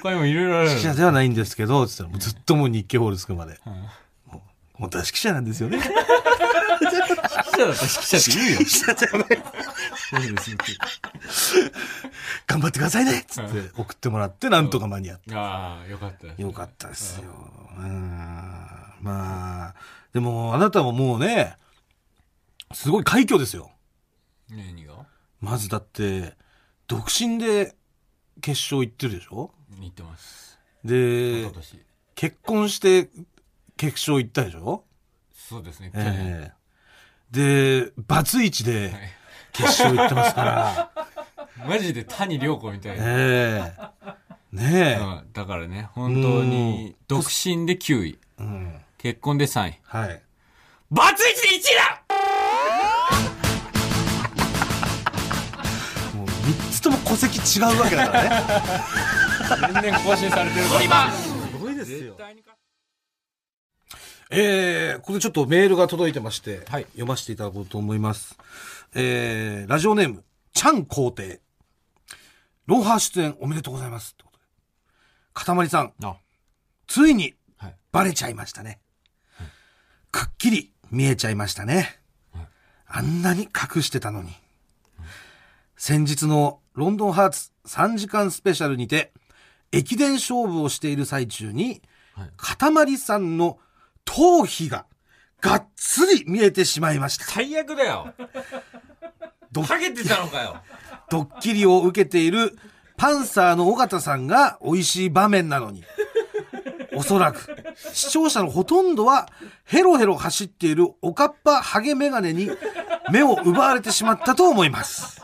Speaker 1: 他にもいろいろある。
Speaker 2: 指揮者ではないんですけど、つったら、もうずっともう日経ホール着くまで。もう、本当は指揮者なんですよね。
Speaker 1: だったら指揮者って言うよ。
Speaker 2: 指揮者じゃない。
Speaker 1: そうですよ
Speaker 2: 頑張ってくださいねつって送ってもらって、なんとか間に合って。
Speaker 1: ああ、よかった。
Speaker 2: よかったですよ。うん。まあ、でも、あなたはもうね、すごい快挙ですよ。
Speaker 1: 何が
Speaker 2: まずだって、独身で決勝行ってるでしょ
Speaker 1: 言ってます。
Speaker 2: で
Speaker 1: 今、年。
Speaker 2: 結婚して決勝行ったでしょ
Speaker 1: そうですね。去年
Speaker 2: ええで、バツイチで決勝行ってますから。
Speaker 1: マジで谷良子みたいな。
Speaker 2: ええね
Speaker 1: うんだからね、本当に、独身で9位。
Speaker 2: え。うん。
Speaker 1: 結婚で3位。
Speaker 2: はい。
Speaker 1: バツイチで1位だ
Speaker 2: もう3つとも戸籍違うわけだからね。
Speaker 1: 年々更新されてるから。今
Speaker 2: すごいですよ。えー、これちょっとメールが届いてまして、
Speaker 1: はい
Speaker 2: 読ませていただこうと思います。えー、ラジオネーム、ちゃん皇帝。ロンハー出演おめでとうございます。ってことで。かたまりさん、
Speaker 1: あ、
Speaker 2: ついに
Speaker 1: はい。
Speaker 2: バレちゃいましたね。くっきり見えちゃいましたね。あんなに隠してたのに。先日のロンドンハーツ3時間スペシャルにて、駅伝勝負をしている最中に、
Speaker 1: はい
Speaker 2: かたまりさんの頭皮ががっつり見えてしまいました。
Speaker 1: 最悪だよ。
Speaker 2: ど
Speaker 1: かけてたのかよ。
Speaker 2: ドッキリを受けているパンサーの尾形さんが美味しい場面なのに。おそらく、視聴者のほとんどは、ヘロヘロ走っているおかっぱハゲメガネに目を奪われてしまったと思います。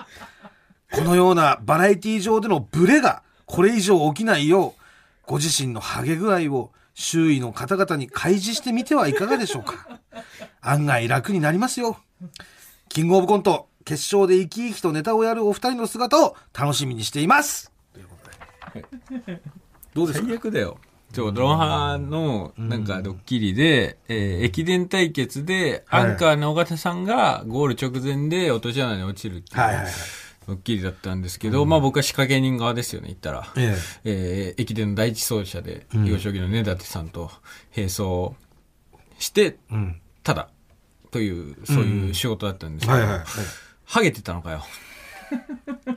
Speaker 2: このようなバラエティ上でのブレがこれ以上起きないよう、ご自身のハゲ具合を周囲の方々に開示してみてはいかがでしょうか。案外楽になりますよ。キングオブコント、決勝で生き生きとネタをやるお二人の姿を楽しみにしています。
Speaker 1: どうですか最悪だよ。ちょ、ロンハーの、なんか、ドッキリで、えー駅伝対決で、
Speaker 2: はい
Speaker 1: アンカーの尾形さんが、ゴール直前で落とし穴に落ちるっていう、
Speaker 2: はいはいはい
Speaker 1: ドッキリだったんですけど、まあ僕は仕掛け人側ですよね、言ったら。
Speaker 2: え
Speaker 1: えー駅伝の第一走者で、幼少期の根立さんと並走して、
Speaker 2: うん。
Speaker 1: ただ、という、そういう仕事だったんですけど、
Speaker 2: はいはいはい。
Speaker 1: ハゲてたのかよ。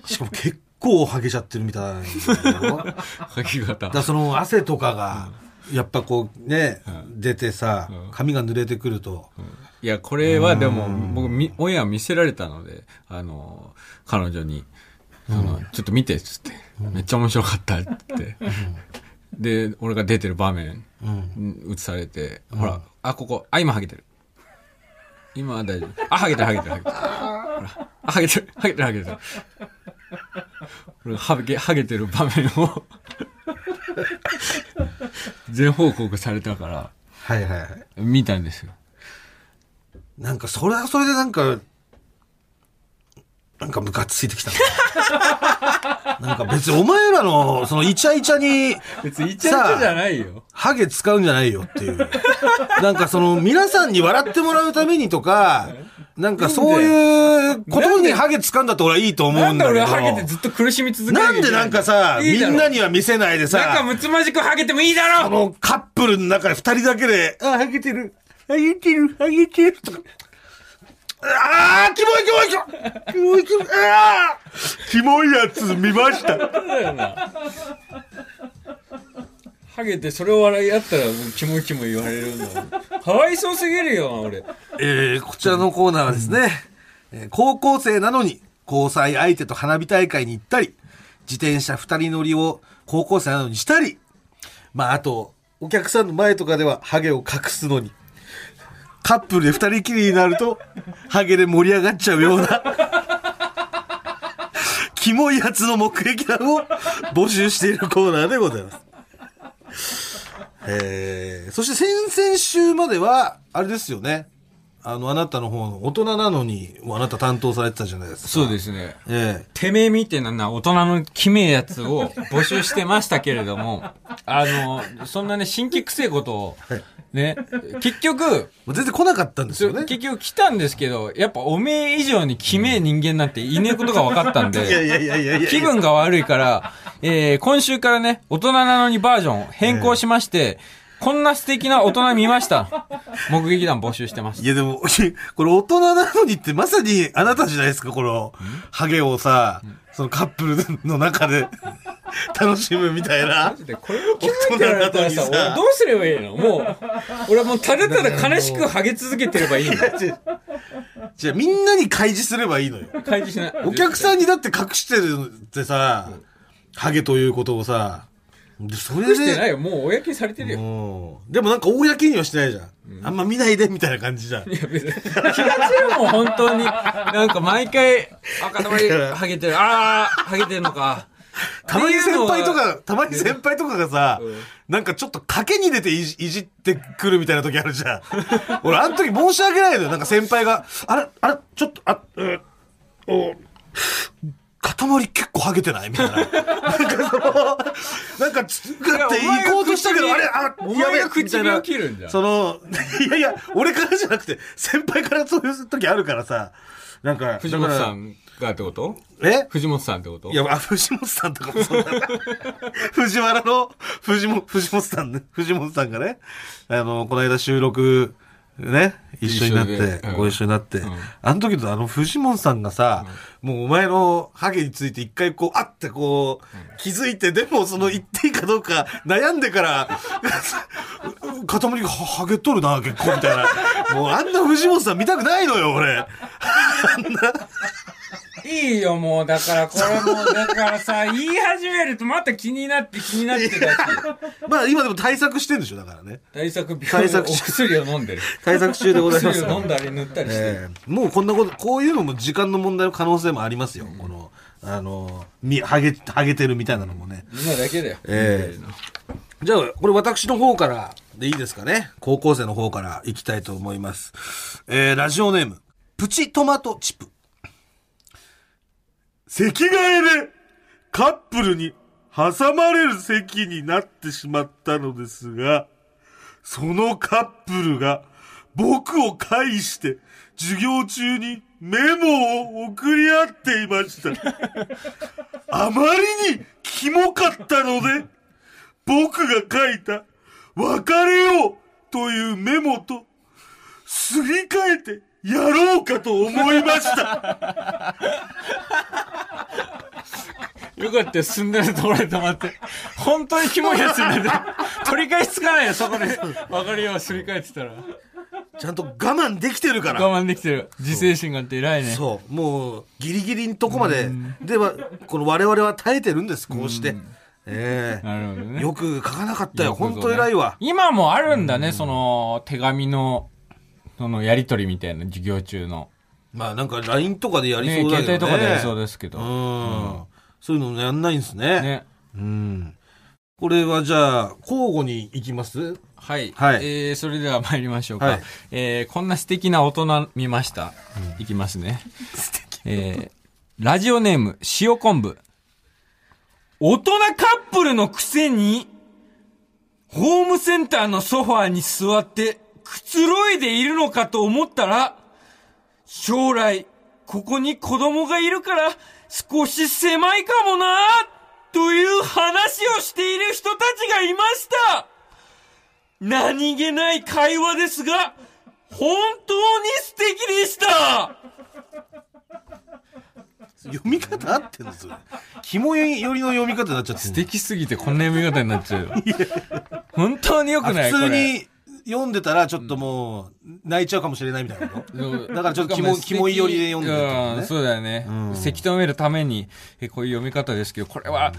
Speaker 2: しかも結構ハゲちゃってるみたいな の。だか
Speaker 1: ハゲ方。
Speaker 2: らその汗とかが、やっぱこうね、出てさ、髪が濡れてくると、
Speaker 1: いや、これはでも、僕、み、オンエア見せられたので、あの、彼女に、その、ちょっと見て、つって、めっちゃ面白かった、ってで、俺が出てる場面、うん映されて、ほら、あ、ここ、あ、今ハゲてる。今は大丈夫。あ、ハゲてる、ハゲてる、ハゲてる。ほら、あ、ハゲてる、ハゲてる、ハゲてる。俺がハゲ、ハゲてる場面を、全報告されたから、
Speaker 2: はいはいはい。
Speaker 1: 見たんですよ。
Speaker 2: なんか、それはそれでなんか、なんかムカついてきた な。なんか別にお前らの、そのイチャイチャに、
Speaker 1: 別にイ
Speaker 2: チャイチャじゃ
Speaker 1: ないよ。
Speaker 2: ハゲ使うんじゃないよっていう。なんかその、皆さんに笑ってもらうためにとか、なんかそういうことにハゲ使うんだって俺はいいと思う
Speaker 1: なんん
Speaker 2: だ
Speaker 1: で
Speaker 2: けど。
Speaker 1: 俺はハゲてずっと苦しみ続け
Speaker 2: な
Speaker 1: なきゃ
Speaker 2: ん
Speaker 1: いけ
Speaker 2: で
Speaker 1: い
Speaker 2: なんかさ、
Speaker 1: いいだろ
Speaker 2: みんなには見せないで
Speaker 1: なんか
Speaker 2: さ、
Speaker 1: むつまじくハゲてもいいだ
Speaker 2: あ
Speaker 1: ろ
Speaker 2: のカップルの中で二人だけで、あ、ハゲてる、ハゲてる、ハゲてる、とか。ああ、キモいキモいキモい、キモいキモい、ああキモいやつ見ました。
Speaker 1: ハゲてそれを笑い合ったらもうキモいキモい言われるんだもん。かわいそうすぎるよ、俺。
Speaker 2: えー、こちらのコーナーはですね、えー高校生なのに交際相手と花火大会に行ったり、自転車二人乗りを高校生なのにしたり、まああと、お客さんの前とかではハゲを隠すのに、カップルで二人きりになると、ハゲで盛り上がっちゃうような、 キモいやつの目撃談を募集しているコーナーでございます。えー、そして先々週までは、あれですよね。あの、あなたの方の大人なのに、あなた担当されてたじゃないですか。
Speaker 1: そうですね。
Speaker 2: ええ
Speaker 1: てめえみてえなな大人のきめえやつを募集してましたけれども、 あの、そんなね、新規臭いことを、ね、結局、
Speaker 2: もう全然来なかったんですよね。
Speaker 1: 結局来たんですけど、やっぱおめえ以上にきめえ人間なんていねえことが分かったん
Speaker 2: いや
Speaker 1: で、
Speaker 2: いやいやいやいや。
Speaker 1: 気分が悪いから、えー、今週からね、大人なのにバージョン変更しまして、こんな素敵な大人見ました。目撃談募集してます
Speaker 2: い。やでも、 これ大人なのにってまさにあなたじゃないですか、この、ハゲをさ、そのカップルの中で楽しむみたいな。
Speaker 1: でこれを気づいてもらったらさ、
Speaker 2: 大人なのにさ
Speaker 1: 俺どうすればいいのもう、俺はもうただただ悲しくハゲ続けてればいいの。
Speaker 2: じゃあみんなに開示すればいいのよ。
Speaker 1: 開示しない。
Speaker 2: お客さんにだって隠してるのってさ、ハゲということをさ、でそれ
Speaker 1: してない
Speaker 2: で、
Speaker 1: よ。もう公にされてるよ。
Speaker 2: もうでもなんか公にはしてないじゃん。あんま見ないでみたいな感じじゃん。
Speaker 1: いや別に気が散るもん、本当に。なんか毎回、赤玉にハゲてる。あー、ハゲてるのか。
Speaker 2: たまに先輩と
Speaker 1: っ
Speaker 2: か、たまに先輩とかがさ
Speaker 1: うん、
Speaker 2: なんかちょっと賭けに出ていじいじってくるみたいな時あるじゃん。 俺、あの時申し訳ないのよ。なんか先輩が、あれ、あれ、ちょっと、あ、うん、お、塊結構ハゲてないみたい な。なんかその、なんかつっかっていこうとしたけど、あれ、あ、
Speaker 1: お
Speaker 2: やべ
Speaker 1: 前が唇を切るんじゃん。
Speaker 2: その、 いやいや、俺からじゃなくて、先輩からそういう時あるからさ、なんか、
Speaker 1: 藤本さ
Speaker 2: だか
Speaker 1: んがってこと
Speaker 2: ら。え
Speaker 1: 藤本さんってこと
Speaker 2: いや、あ、藤本さんとかもそう だな。藤原の、藤本、藤本さんね、藤本さんがね、あの、この間収録、ね、一緒になっ
Speaker 1: 一緒で
Speaker 2: て、
Speaker 1: うん
Speaker 2: ご一緒になって、あの時のあの藤本さんがさ、もうお前のハゲについて一回こう、あってこう、気づいて、でもその言っていいかどうか悩んでから、塊がハゲとるな、結構みたいな。もうあんな藤本さん見たくないのよ、俺。
Speaker 1: いいよ、もう。だから、これもう、だからさ、 言い始めるとまた気になって気になってだし。
Speaker 2: まあ今でも対策してんでしょ、だからね。
Speaker 1: 対策病
Speaker 2: 対策
Speaker 1: お薬を飲 んでる。
Speaker 2: 対策中でござい ます。
Speaker 1: 薬を飲んだり塗ったりしてる。
Speaker 2: ええもうこんなこと、こういうのも時間の問題の可能性もありますよ。この、あの、み、ハゲ、ハゲてるみたいなのもね。
Speaker 1: 今だけだよ。
Speaker 2: ええじゃあ、これ私の方からでいいですかね。高校生の方からいきたいと思います。えー、ラジオネーム、プチトマトチップ。席替えでカップルに挟まれる席になってしまったのですが、そのカップルが僕を介して授業中にメモを送り合っていました。あまりにキモかったので、僕が書いた別れようというメモとすり替えてやろうかと思いました。
Speaker 1: よかったよ、進んでるところで止まって。本当にキモいやつになって。 取り返しつかないよ、そこで。分かるよ、すり替えてたら。
Speaker 2: ちゃんと我慢できてるから。
Speaker 1: 我慢できてる。自制心があって偉いね。
Speaker 2: そう。もう、ギリギリのとこまで、では、この我々は耐えてるんです、こうして。ええ
Speaker 1: なるほどね。
Speaker 2: よく書かなかったよ。
Speaker 1: よくぞね
Speaker 2: 本当偉いわ。
Speaker 1: 今もあるんだね、その、手紙の、その、やりとりみたいな、授業中の。
Speaker 2: まあなんか LINE とかでやり
Speaker 1: ね、
Speaker 2: そうだ
Speaker 1: 携
Speaker 2: けどね。
Speaker 1: 帯とかでやりそうですけど。
Speaker 2: うん。そういうのやんないんですね。
Speaker 1: ね。
Speaker 2: うん。これはじゃあ、交互に行きます
Speaker 1: はい。
Speaker 2: はい
Speaker 1: えー、それでは参りましょうか。
Speaker 2: はい
Speaker 1: えー、こんな素敵な大人見ました。いきます ね。えー、ラジオネーム、塩昆布。大人カップルのくせに、ホームセンターのソファーに座って、くつろいでいるのかと思ったら、将来、ここに子供がいるから、少し狭いかもなという話をしている人たちがいました何気ない会話ですが、本当に素敵でした
Speaker 2: 読み方合ってんのそれ。肝寄りの読み方になっち ゃってん
Speaker 1: 素
Speaker 2: の
Speaker 1: 敵すぎてこんな読み方になっちゃうよ。本当に良くない
Speaker 2: あ普通。
Speaker 1: こ
Speaker 2: に読んでたらちょっともう泣いちゃうかもしれないみたいなこと
Speaker 1: れ
Speaker 2: だからちょっとキモキモい寄りで読んでるってこと
Speaker 1: う
Speaker 2: ね
Speaker 1: んそうだよね。
Speaker 2: ん
Speaker 1: せき止めるために、えこういう読み方ですけど、これは、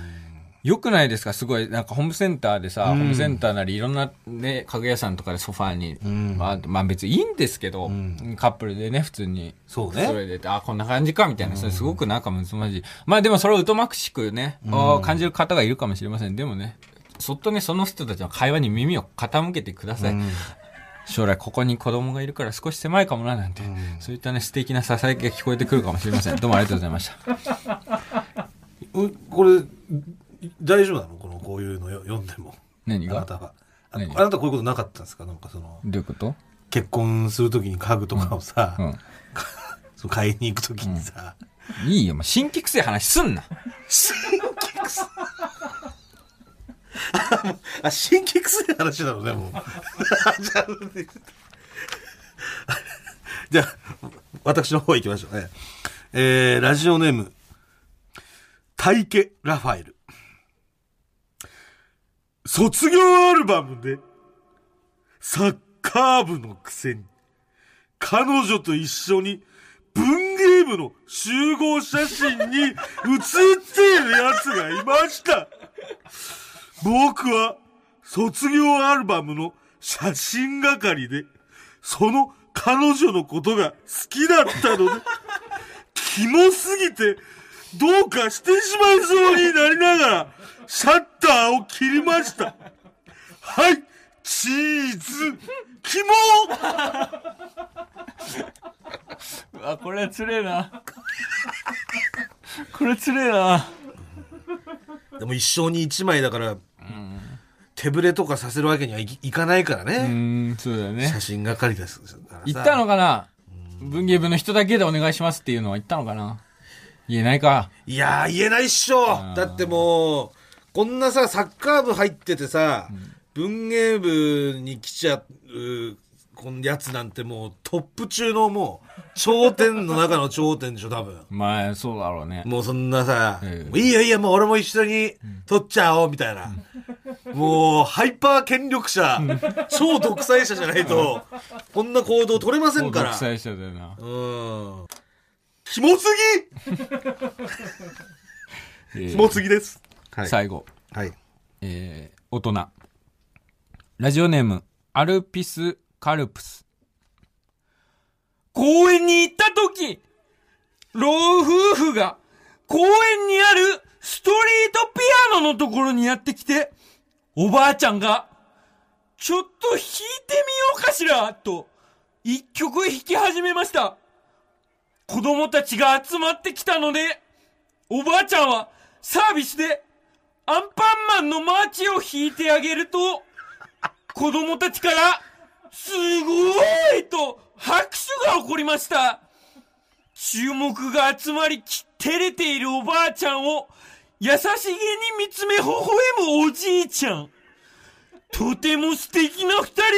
Speaker 1: 良くないですかすごい、なんかホームセンターでさ、ホームセンターなりいろんなね、家具屋さんとかでソファーに、まあ、まあ別にいいんですけど、カップルでね、普通に。
Speaker 2: そうね
Speaker 1: それで、あ、こんな感じか、みたいな。それすごくなんか難しい。まあでもそれを疎まくしくね、あー感じる方がいるかもしれません。でもね、そっとね、その人たちの会話に耳を傾けてください。将来ここに子供がいるから少し狭いかもななんて、そういったね、素敵なささやきが聞こえてくるかもしれません。どうもありがとうございました。
Speaker 2: うこれ大丈夫なのこのこういうのよ読んでも
Speaker 1: 何
Speaker 2: あな
Speaker 1: が
Speaker 2: たはああ
Speaker 1: 何
Speaker 2: なたこういうことなかったんですかなんかその
Speaker 1: どういうこと
Speaker 2: 結婚するときに家具とかをさ、
Speaker 1: うん。
Speaker 2: その買いに行くときにさ、
Speaker 1: いいよ、もう新規臭い話すんな。
Speaker 2: あ新規臭い話だろうねもう じゃあじゃあ私の方行きましょうねえー、ラジオネーム大家ラファエル卒業アルバムでサッカー部のくせに彼女と一緒に文芸部の集合写真に写っている奴がいました僕は卒業アルバムの写真係で、その彼女のことが好きだったので、キモすぎてどうかしてしまいそうになりながら、シャッターを切りました。はい、チーズ、キモ
Speaker 1: あ、これつれえな。 これつれえな。
Speaker 2: でも一生に一枚だから、手ぶれとかさせるわけにはいいかないから
Speaker 1: う
Speaker 2: ね。
Speaker 1: ーん、そうだよね。
Speaker 2: 真係です。
Speaker 1: 言ったのかな文芸部の人だけでお願いしますっていうのは言ったのかな言えないか。
Speaker 2: いやー、言えないっしょだってもう、こんなさ、サッカー部入っててさ、文芸部に来ちゃう、このやつなんてもうトップ中のもう、頂点の中の頂点でしょ、多分。
Speaker 1: まあ、そうだろうね。
Speaker 2: もうそんなさ、
Speaker 1: ええ
Speaker 2: もういいよいいよ、もう俺も一緒に撮っちゃおう、みたいな。もう、ハイパー権力者、超独裁者じゃないと、こんな行動取れません
Speaker 1: もう
Speaker 2: から。
Speaker 1: 独裁者だよな。
Speaker 2: うん。キモすぎキモすぎです。はい
Speaker 1: 最後。
Speaker 2: はい。
Speaker 1: えー、大人。ラジオネーム、アルピス・カルプス。公園に行った時、老夫婦が公園にあるストリートピアノのところにやってきて、おばあちゃんが、ちょっと弾いてみようかしら、と、一曲弾き始めました。子供たちが集まってきたので、おばあちゃんはサービスでアンパンマンのマーチを引いてあげると、子供たちから、すごいと拍手が起こりました。注目が集まり、き照れているおばあちゃんを、優しげに見つめ微笑むおじいちゃん。とても素敵な二人だな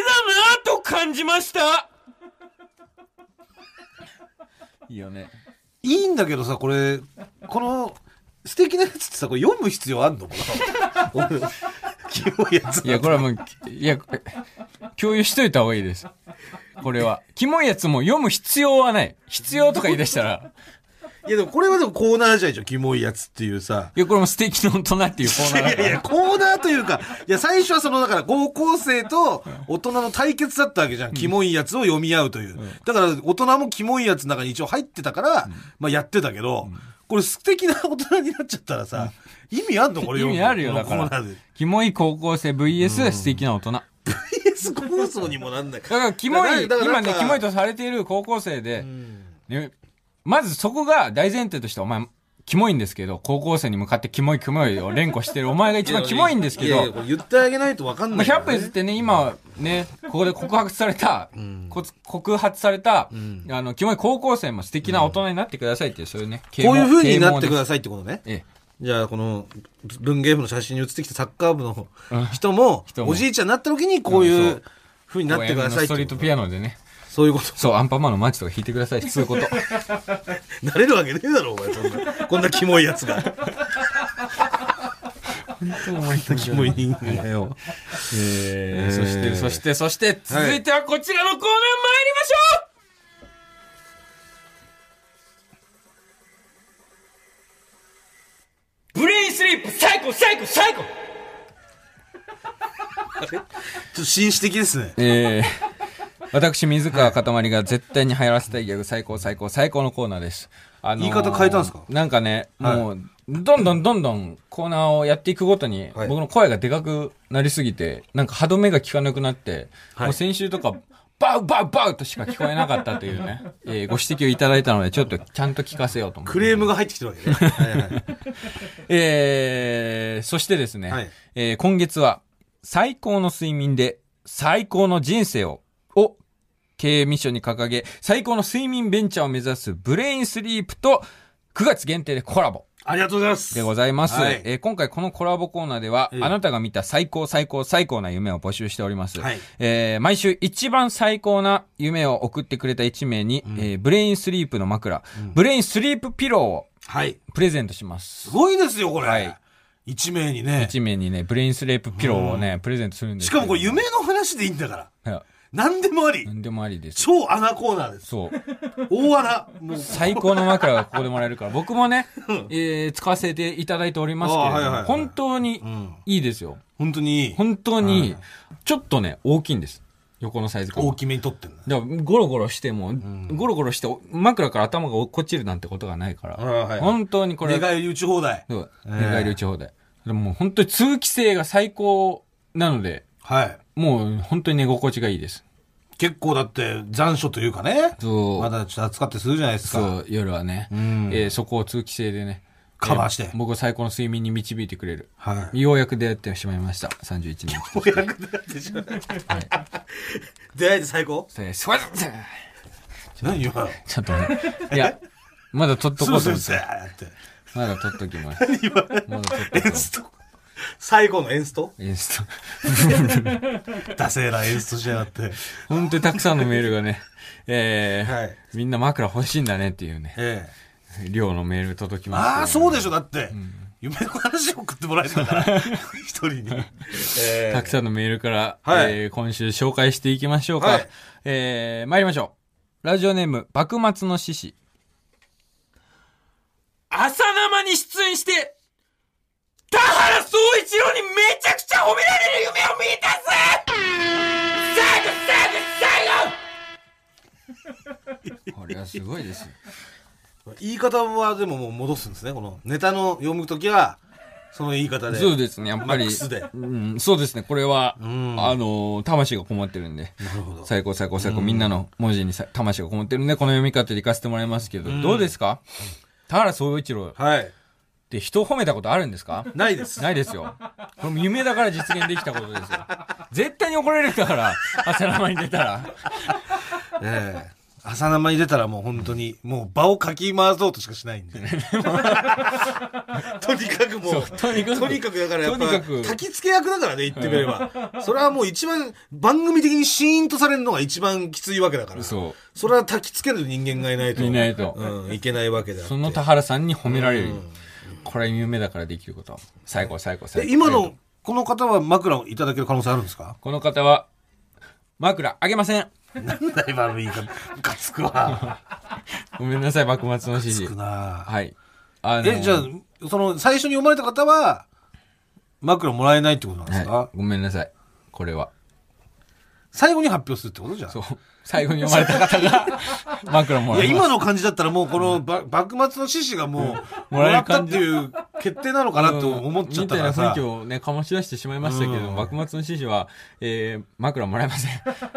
Speaker 1: ぁと感じました。いいよね。
Speaker 2: いいんだけどさ、これ、この、素敵なやつってさ、これ読む必要あんのこ の、このキモいやつ。
Speaker 1: いや、これはもう、いや、共有しといた方がいいです。これは。キモいやつも読む必要はない。必要とか言い出したら、
Speaker 2: いや、でもこれはでもコーナーじゃないでしょ、キモいやつっていうさ。
Speaker 1: いや、これも素敵な大人っていうコー
Speaker 2: い
Speaker 1: ナーだ
Speaker 2: や
Speaker 1: か
Speaker 2: いや、
Speaker 1: ら。
Speaker 2: コーナーというか、いや、最初はその、だから、高校生と大人の対決だったわけじゃん。キモいやつを読み合うという。だから、大人もキモいやつの中に一応入ってたから、まあやってたけど、これ素敵な大人になっちゃったらさ、意味あんのこれ
Speaker 1: 意味あるよ、だか
Speaker 2: このコー
Speaker 1: ら
Speaker 2: ナーで。
Speaker 1: キモい高校生 VS 素敵な大人。だ
Speaker 2: PS 構想に もなんない。だ
Speaker 1: から、キモい、
Speaker 2: だから
Speaker 1: 今
Speaker 2: なんか
Speaker 1: ね、キモいとされている高校生で
Speaker 2: う、ん
Speaker 1: ねまずそこが大前提として、お前、キモいんですけど、高校生に向かってキモいキモいを連呼してる、お前が一番キモいんですけ
Speaker 2: やいや
Speaker 1: ど、
Speaker 2: これ言ってあげないとわかん
Speaker 1: ま
Speaker 2: な
Speaker 1: あ、
Speaker 2: いから
Speaker 1: 100
Speaker 2: ね。
Speaker 1: 歩譲ってね、今、ね、ここで告白された、こ告発された、あの、キモい高校生も素敵な大人になってくださいっていう、そういうね、
Speaker 2: こういう風になってく
Speaker 1: さ
Speaker 2: ださいってことね。
Speaker 1: い。え
Speaker 2: じゃあ、この文芸部の写真に写ってきたサッカー部の人も、
Speaker 1: 人も
Speaker 2: おじいちゃんになった時にこうい
Speaker 1: うんそう
Speaker 2: う風
Speaker 1: え、
Speaker 2: になってください
Speaker 1: 公園のストリー
Speaker 2: って
Speaker 1: ト
Speaker 2: こと
Speaker 1: ピアノでね、
Speaker 2: そういうこと。
Speaker 1: そう、アンパンマンのマッチとか弾いてくださいって、そういう こと。
Speaker 2: なれるわけねえだろ、お前、そんな。こんなキモいやつが。 キモい人間だよ。
Speaker 1: えー
Speaker 2: えー
Speaker 1: そして、そして、そして、
Speaker 2: はい
Speaker 1: 続いてはこちらのコーナー参りましょうブレインスリープ最高最高最高
Speaker 2: ちょっと紳士的ですね。
Speaker 1: えー、私、水川かたまりが絶対に流行らせたいギャグ最高最高最高のコーナーです。あのー
Speaker 2: 言い方変えたんすか
Speaker 1: なんかね、
Speaker 2: はい
Speaker 1: もう、どんどんどんどんコーナーをやっていくごとに、
Speaker 2: はい
Speaker 1: 僕の声がでかくなりすぎて、なんか歯止めが効かなくなって、
Speaker 2: はい
Speaker 1: もう先週とか、バウバウバウとしか聞こえなかったという ね、えーご指摘をいただいたので、ちょっとちゃんと聞かせようと思って。
Speaker 2: クレームが入ってきてるわ けね。はいはい。
Speaker 1: えー、そしてですね、
Speaker 2: はい
Speaker 1: えー今月は、最高の睡眠で最高の人生を、を経営ミッションに掲げ、最高の睡眠ベンチャーを目指すブレインスリープと、9月限定でコラボ
Speaker 2: ありがとうございます。
Speaker 1: でございます。
Speaker 2: はい
Speaker 1: えー今回このコラボコーナーでは、
Speaker 2: ええ
Speaker 1: あなたが見た最高最高最高な夢を募集しております。
Speaker 2: はい
Speaker 1: えー毎週一番最高な夢を送ってくれた1名に、えーブレインスリープの枕、ブレインスリープピローを
Speaker 2: はい。
Speaker 1: プレゼントします
Speaker 2: す。ごいですよ、これ。
Speaker 1: はい
Speaker 2: 一名にね。
Speaker 1: 一名にね、ブレインスレープピローをね、プレゼントするんです
Speaker 2: し
Speaker 1: けど
Speaker 2: かもこれ夢の話でいいんだから。
Speaker 1: はい
Speaker 2: 何でもあり。
Speaker 1: 何でもありです。
Speaker 2: 超穴コーナー です。
Speaker 1: そう。
Speaker 2: 大穴。もう
Speaker 1: 最高の枕がここでもらえるから、僕もね、えー使わせていただいておりますけれども、
Speaker 2: あーはいはいはい
Speaker 1: 本当にいいですよ。
Speaker 2: 本当にいい
Speaker 1: 本当に、ちょっとね、大きいんです。横のサイズ感が
Speaker 2: 大。きめに撮ってんだ。
Speaker 1: だからゴロゴロしても、ゴロゴロして、枕から頭が落っこちるなんてことがないから、
Speaker 2: あーはい
Speaker 1: 本当にこれ、
Speaker 2: 寝返り打ち放題。
Speaker 1: そう
Speaker 2: え
Speaker 1: 寝返り打ち放題。でももう本当に通気性が最高なので、
Speaker 2: はい。
Speaker 1: もう本当に寝心地がいいです。
Speaker 2: 結構だって残暑というかね。
Speaker 1: そう
Speaker 2: まだちょっと暑かったりするじゃないですか。
Speaker 1: そう、夜はね、
Speaker 2: ん
Speaker 1: えーそこを通気性でね、
Speaker 2: カバーして
Speaker 1: え僕を最高の睡眠に導いてくれる。
Speaker 2: はい。
Speaker 1: ようやく出会ってしまいました。31年ようやく
Speaker 2: 出会えて最高
Speaker 1: 出会ってしまいました。
Speaker 2: 何今の。
Speaker 1: ちょっとね、いや、まだ取っと
Speaker 2: ス
Speaker 1: こ
Speaker 2: ル
Speaker 1: うと
Speaker 2: スル
Speaker 1: 思っ
Speaker 2: ス
Speaker 1: て。
Speaker 2: ルって。
Speaker 1: まだ取っときます。まだ取っと
Speaker 2: エ
Speaker 1: き
Speaker 2: ン
Speaker 1: ます。
Speaker 2: スト。最高のエン スト
Speaker 1: インスタ。
Speaker 2: ダセーなエンストしやがって。
Speaker 1: 本当にたくさんのメールがね、えー
Speaker 2: はい
Speaker 1: みんな枕欲しいんだねっていうね、
Speaker 2: ええ。
Speaker 1: 量のメール届きました、
Speaker 2: ああ、そうでしょ。だって、夢の話を送ってもらえた から。一人に。え
Speaker 1: たくさんのメールから、
Speaker 2: はい
Speaker 1: えー今週紹介していきましょうか。
Speaker 2: はい
Speaker 1: えー参りましょう。ラジオネーム、幕末の獅子。朝生に出演して、田原総一郎にめちゃくちゃ褒められる夢を見たぜ最後最後最 後これはすごいです。
Speaker 2: 言い方はでももう戻すんですね。このネタの読むときは、その言い方で。
Speaker 1: そうですね、やっぱ
Speaker 2: マッ
Speaker 1: り
Speaker 2: クスで。
Speaker 1: うん、そうですね、これは、
Speaker 2: ん
Speaker 1: あのー、魂がこもってるんで。
Speaker 2: なるほど。
Speaker 1: 最高最高最高、みんなの文字にさ魂がこもってるんで、この読み方でいかせてもらいますけど、どうですか田原総一郎っ
Speaker 2: はい。
Speaker 1: て人を褒めたことあるんですか
Speaker 2: ないです。
Speaker 1: ないですよ。これも夢だから実現できたことですよ。絶対に怒られるんだから、朝生に出たら。
Speaker 2: ええ朝生に出たらもう本当に、もう場をかき回そうとしかしないん で。とにかくもう、
Speaker 1: とにかく
Speaker 2: とにかくだからやっぱ、
Speaker 1: とにかく
Speaker 2: 焚き付け役だからね、言ってみれば。それはもう一番、番組的にシーンとされるのが一番きついわけだから。
Speaker 1: そう
Speaker 2: それは焚き付ける人間がいないと。
Speaker 1: いないと
Speaker 2: うん、いけないわけだ。
Speaker 1: その田原さんに褒められる。これは夢だからできること。最高最高最
Speaker 2: え
Speaker 1: 高。
Speaker 2: 今の、この方は枕をいただける可能性あるんで すか
Speaker 1: この方は、枕あげません。
Speaker 2: なんだ今の言い方。ムカつくわ。
Speaker 1: ごめんなさい、幕末の指
Speaker 2: つく
Speaker 1: 示。
Speaker 2: な
Speaker 1: はい。あのー
Speaker 2: え、じゃあ、その、最初に読まれた方は、枕もらえないってことなんですか、
Speaker 1: はい、ごめんなさい。これは。
Speaker 2: 最後に発表するってことじゃん。
Speaker 1: そう。最後に読まれた方 が、枕も
Speaker 2: い
Speaker 1: ら
Speaker 2: や、
Speaker 1: います。
Speaker 2: 今の感じだったらもうこの、ば幕末の志士がも う、
Speaker 1: も
Speaker 2: も
Speaker 1: ら
Speaker 2: ら
Speaker 1: える
Speaker 2: ったっ
Speaker 1: 感
Speaker 2: て
Speaker 1: じ
Speaker 2: いう決定なのかなって思っちゃったから
Speaker 1: うんみたいな雰
Speaker 2: さ
Speaker 1: 囲気。をね、かまし出してしまいましたけど、
Speaker 2: うん
Speaker 1: 幕末の獅子は、えー、枕もらえません。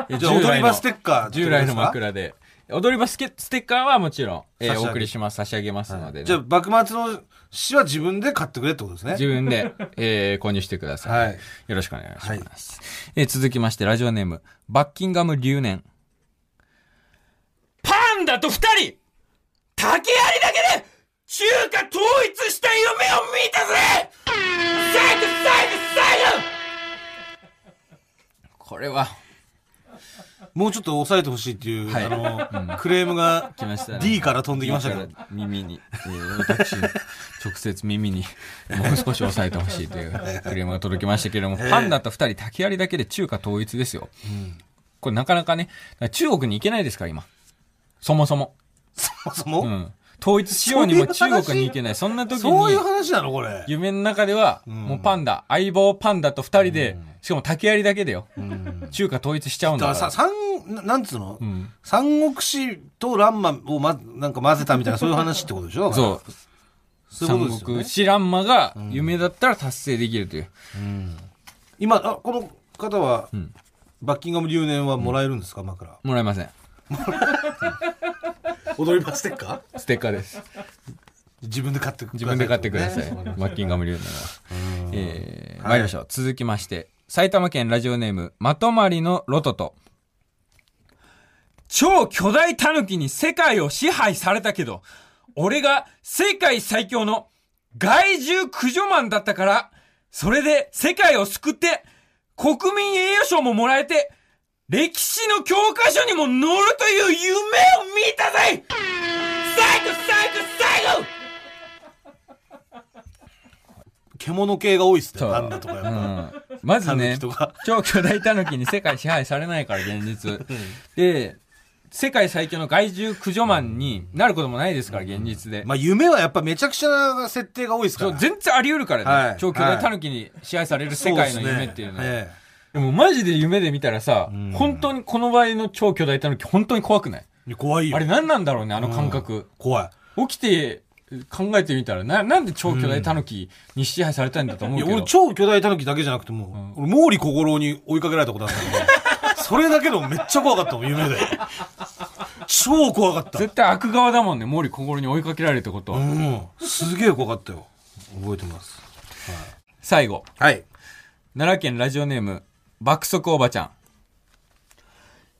Speaker 1: え
Speaker 2: じゃあ、踊り場ステッカー。
Speaker 1: 従来の枕で。踊り場スケステッカーはもちろん、え
Speaker 2: 差し
Speaker 1: ー、
Speaker 2: 上
Speaker 1: お
Speaker 2: げ
Speaker 1: 送りします。差し上げますので、ね
Speaker 2: じゃあ、幕末の詩は自分で買ってくれってことですね。
Speaker 1: 自分で、えー購入してください。
Speaker 2: はい
Speaker 1: よろしくお願いします。えー続きまして、ラジオネーム、バッキンガム留年。パンダと二人竹槍だけで中華統一した夢を見たぜ最後最後最後これは、
Speaker 2: もうちょっと抑えてほしいっていう、
Speaker 1: はい
Speaker 2: あの、クレームが
Speaker 1: 来ましたね
Speaker 2: D から飛んできましたけ
Speaker 1: だ
Speaker 2: ど。
Speaker 1: から耳に、えー私の直接耳にもう少し抑えてほしいというクレームが届きましたけれども、パンダと二人竹槍だけで中華統一ですよ。これなかなかね、中国に行けないですから今。そもそも。
Speaker 2: そもそうも、
Speaker 1: ん。統一しようにも
Speaker 2: そういう
Speaker 1: 中
Speaker 2: 話
Speaker 1: 国に行けない。そんな時
Speaker 2: そういう
Speaker 1: に、
Speaker 2: 話なのこれ。
Speaker 1: 夢の中では、もうパンダ、相棒パンダと二人で、しかも竹槍だけでよ。中華統一しちゃうん
Speaker 2: だから
Speaker 1: だか
Speaker 2: さ、
Speaker 1: ら。
Speaker 2: 三、ななんつうの、三国志と乱馬をま、なんか混ぜたみたいな、そういう話ってことでしょ
Speaker 1: そう。
Speaker 2: そうい
Speaker 1: 三
Speaker 2: うことですよね
Speaker 1: 国知らんまが夢だったら達成できるという。
Speaker 2: 今、あ、この方は、バッキンガム留年はもらえるんですか、枕。
Speaker 1: もらえません。
Speaker 2: 踊り場ステッカー
Speaker 1: ステッカーです。
Speaker 2: 自分で買ってください。
Speaker 1: 自分で買ってください
Speaker 2: ね。
Speaker 1: マッキンガム流なら。えー、参りましょう。続きまして、埼玉県ラジオネーム、まとまりのロトと。超巨大タヌキに世界を支配されたけど、俺が世界最強の害獣駆除マンだったから、それで世界を救って、国民栄誉賞ももらえて、歴史の教科書にも載るという夢を見たぜ最後最後最後
Speaker 2: 獣系が多いっすね。
Speaker 1: そう
Speaker 2: パンダとかやっぱ。
Speaker 1: うんまずね
Speaker 2: 狸とか、
Speaker 1: 超巨大タヌキに世界支配されないから、現実。で、世界最強の害獣駆除マンになることもないですから、現実で。
Speaker 2: まあ、夢はやっぱめちゃくちゃな設定が多いですか
Speaker 1: そう
Speaker 2: ら。
Speaker 1: 全然あり得るからね、
Speaker 2: はい
Speaker 1: 超巨大タヌキに支配される世界の夢っていうのは。
Speaker 2: そですねえ
Speaker 1: でもマジで夢で見たらさ、本当にこの場合の超巨大タヌキ、本当に怖くない
Speaker 2: えいや怖いよ。
Speaker 1: あれ何なんだろうね、あの感覚。
Speaker 2: 怖い。
Speaker 1: 起きて考えてみたら、な、なんで超巨大タヌキに支配されたいんだと思
Speaker 2: いうや、
Speaker 1: けど。
Speaker 2: 俺超巨大タヌキだけじゃなくてもう、俺、毛利小五郎に追いかけられたことあったんだ けど、それだけでもめっちゃ怖かったもん、 夢で。超怖かった。
Speaker 1: 絶対悪側だもんね、毛利心に追いかけられたことは。
Speaker 2: うん。すげえ怖かったよ。覚えてます。
Speaker 1: 最後。
Speaker 2: はい。
Speaker 1: 奈良県ラジオネーム、爆速おばちゃん。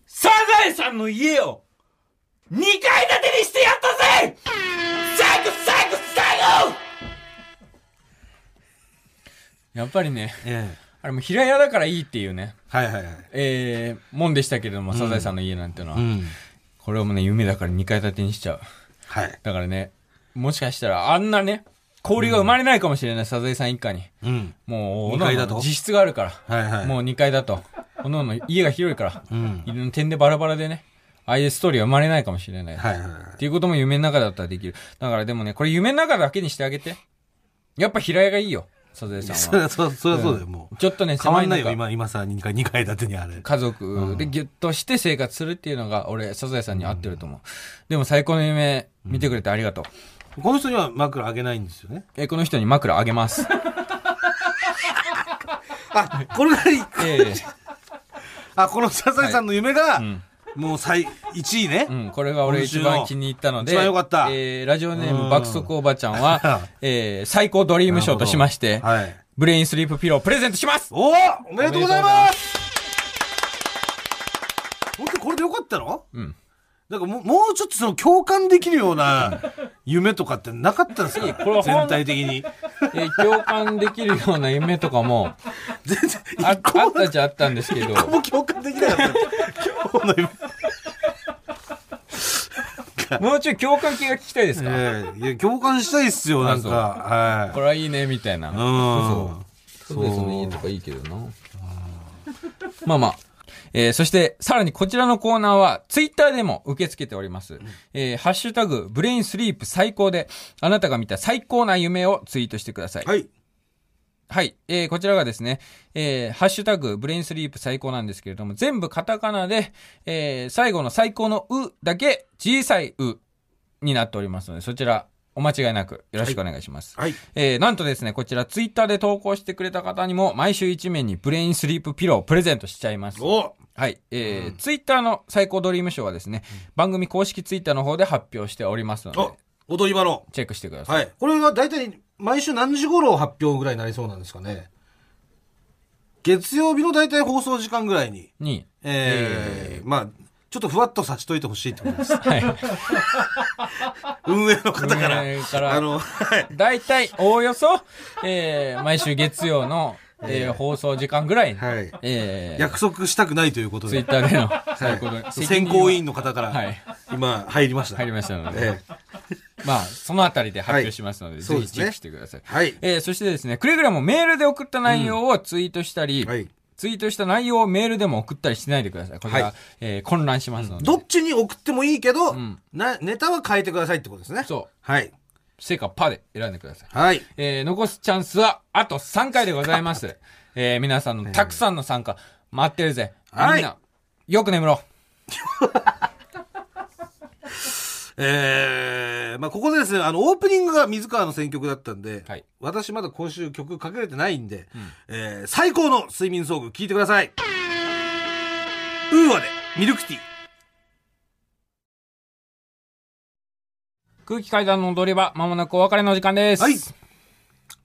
Speaker 1: サザエさんの家を、2階建てにしてやったぜ最後最後最後やっぱりね、
Speaker 2: ええ。
Speaker 1: あれも平屋だからいいっていうね、
Speaker 2: はいはいはい。
Speaker 1: えー、もんでしたけれども、サザエさんの家なんてのは。
Speaker 2: うん。
Speaker 1: これをもね、夢だから2階建てにしちゃう。
Speaker 2: はい。
Speaker 1: だからね、もしかしたらあんなね、氷が生まれないかもしれない、サザエさん一家に。
Speaker 2: うん。
Speaker 1: もう、
Speaker 2: 二階だと
Speaker 1: 実質があるから。
Speaker 2: はいはい。
Speaker 1: もう2階だと。おのおの家が広いから。
Speaker 2: うん。
Speaker 1: 家の点でバラバラでね、ああいうストーリーは生まれないかもしれない。
Speaker 2: はいはいはい。
Speaker 1: っていうことも夢の中だったらできる。だからでもね、これ夢の中だけにしてあげて。やっぱ平屋がいいよ、サザエさ
Speaker 2: そ
Speaker 1: ん
Speaker 2: り
Speaker 1: は。
Speaker 2: ゃそうそりゃそうだよ、もう。
Speaker 1: ちょっとね、
Speaker 2: 変
Speaker 1: 狭
Speaker 2: わ
Speaker 1: い
Speaker 2: んないよ、
Speaker 1: 中、
Speaker 2: 今、今さ、2階、二階建てにあれ。
Speaker 1: 家族でギュッとして生活するっていうのが、俺、サザエさんに合ってると思う。でも最高の夢、見てくれてありがとう。
Speaker 2: この人には枕あげないんですよね。
Speaker 1: え、この人に枕あげ ます。
Speaker 2: あ、これがいい。
Speaker 1: ええ
Speaker 2: あ、このサザエさんの夢が、もう最、1位ね。
Speaker 1: うん、これが俺一番気に入ったので、
Speaker 2: 一番良かった
Speaker 1: えーラジオネー
Speaker 2: う
Speaker 1: ム
Speaker 2: ん
Speaker 1: 爆速おばちゃん は、えー最高ドリーム賞としまして、
Speaker 2: はい。
Speaker 1: ブレインスリープピローをプレゼントします
Speaker 2: おおおめでとうございます本当にこれでよかったの
Speaker 1: うん。
Speaker 2: なんかもう、もうちょっとその共感できるような夢とかってなかったんですか
Speaker 1: これはほん
Speaker 2: 全体的に。
Speaker 1: えー共感できるような夢とかも、
Speaker 2: 全然、
Speaker 1: ああ
Speaker 2: 一個
Speaker 1: っ
Speaker 2: も、
Speaker 1: たじゃあったんですけ ど
Speaker 2: 一、個も共感できなかった。今日の夢。
Speaker 1: もうちょい共感系が聞きたいですか、
Speaker 2: ええいや、共感したいっすよ、なんか。はい。
Speaker 1: これはいいね、みたいな。
Speaker 2: うん。
Speaker 1: そう。そうですね、とかいいけどな。まあまあ。えーそして、さらにこちらのコーナーは、ツイッターでも受け付けております。えーハッシュタグ、ブレインスリープ最高で、あなたが見た最高な夢をツイートしてください。
Speaker 2: はい。
Speaker 1: はい。えー、こちらがですね、えー、ハッシュタグ、ブレインスリープ最高なんですけれども、全部カタカナで、えー、最後の最高のうだけ小さいうになっておりますので、そちら、お間違いなくよろしくお願いします。
Speaker 2: はい。
Speaker 1: えー、なんとですね、こちらツイッターで投稿してくれた方にも、毎週1名にブレインスリープピローをプレゼントしちゃいます。
Speaker 2: お
Speaker 1: はい。えーツイッターの最高ドリーム賞はですね、番組公式ツイッターの方で発表しておりますので
Speaker 2: お、踊り場の。
Speaker 1: チェックしてください。
Speaker 2: はい。これは大体、毎週何時頃発表ぐらいになりそうなんですかね。月曜日の大体放送時間ぐらいに。
Speaker 1: に、
Speaker 2: えー、まあ、ちょっとふわっと察しといてほしいってことです。
Speaker 1: はい。
Speaker 2: 運営の方から。
Speaker 1: 運営から
Speaker 2: あの、はい。
Speaker 1: 大体、おおよそ、えー毎週月曜の、えー放送時間ぐらいに、
Speaker 2: はい
Speaker 1: えー
Speaker 2: 約束したくないということ
Speaker 1: ツイッ
Speaker 2: で。
Speaker 1: ターでの、
Speaker 2: は
Speaker 1: 最高ドリーム
Speaker 2: い、選考委員の方か
Speaker 1: は
Speaker 2: ら
Speaker 1: い、
Speaker 2: 今、入りました。
Speaker 1: 入りましたので、
Speaker 2: ええ
Speaker 1: まあ、そのあたりで発表しますので、
Speaker 2: い
Speaker 1: ぜ
Speaker 2: そうで
Speaker 1: ひ
Speaker 2: す
Speaker 1: チ
Speaker 2: ね
Speaker 1: ェックしてください。
Speaker 2: はい。
Speaker 1: えーそしてですね、くれぐれもメールで送った内容をツイートしたり、
Speaker 2: はい。
Speaker 1: ツイートした内容をメールでも送ったりしないでください。これは、
Speaker 2: はい
Speaker 1: えー混乱しますので。
Speaker 2: どっちに送ってもいいけど、
Speaker 1: ん
Speaker 2: なネタは変えてくださいってことですね。
Speaker 1: そう。
Speaker 2: はい。
Speaker 1: 成果パーで選んでください。
Speaker 2: はい。
Speaker 1: えー残すチャンスはあと3回でございます。えー皆さんのたくさんの参加、待ってるぜ。
Speaker 2: はい
Speaker 1: みんな、よく眠ろ
Speaker 2: えー、まあここでですね、あの、オープニングが水川の選曲だったんで、
Speaker 1: はい
Speaker 2: 私まだ今週曲かけれてないんで、えー最高の睡眠ソング聴いてください。ウーアで、ミルクティー。
Speaker 1: う。空気階段の踊り場、まもなくお別れの時間です。
Speaker 2: はい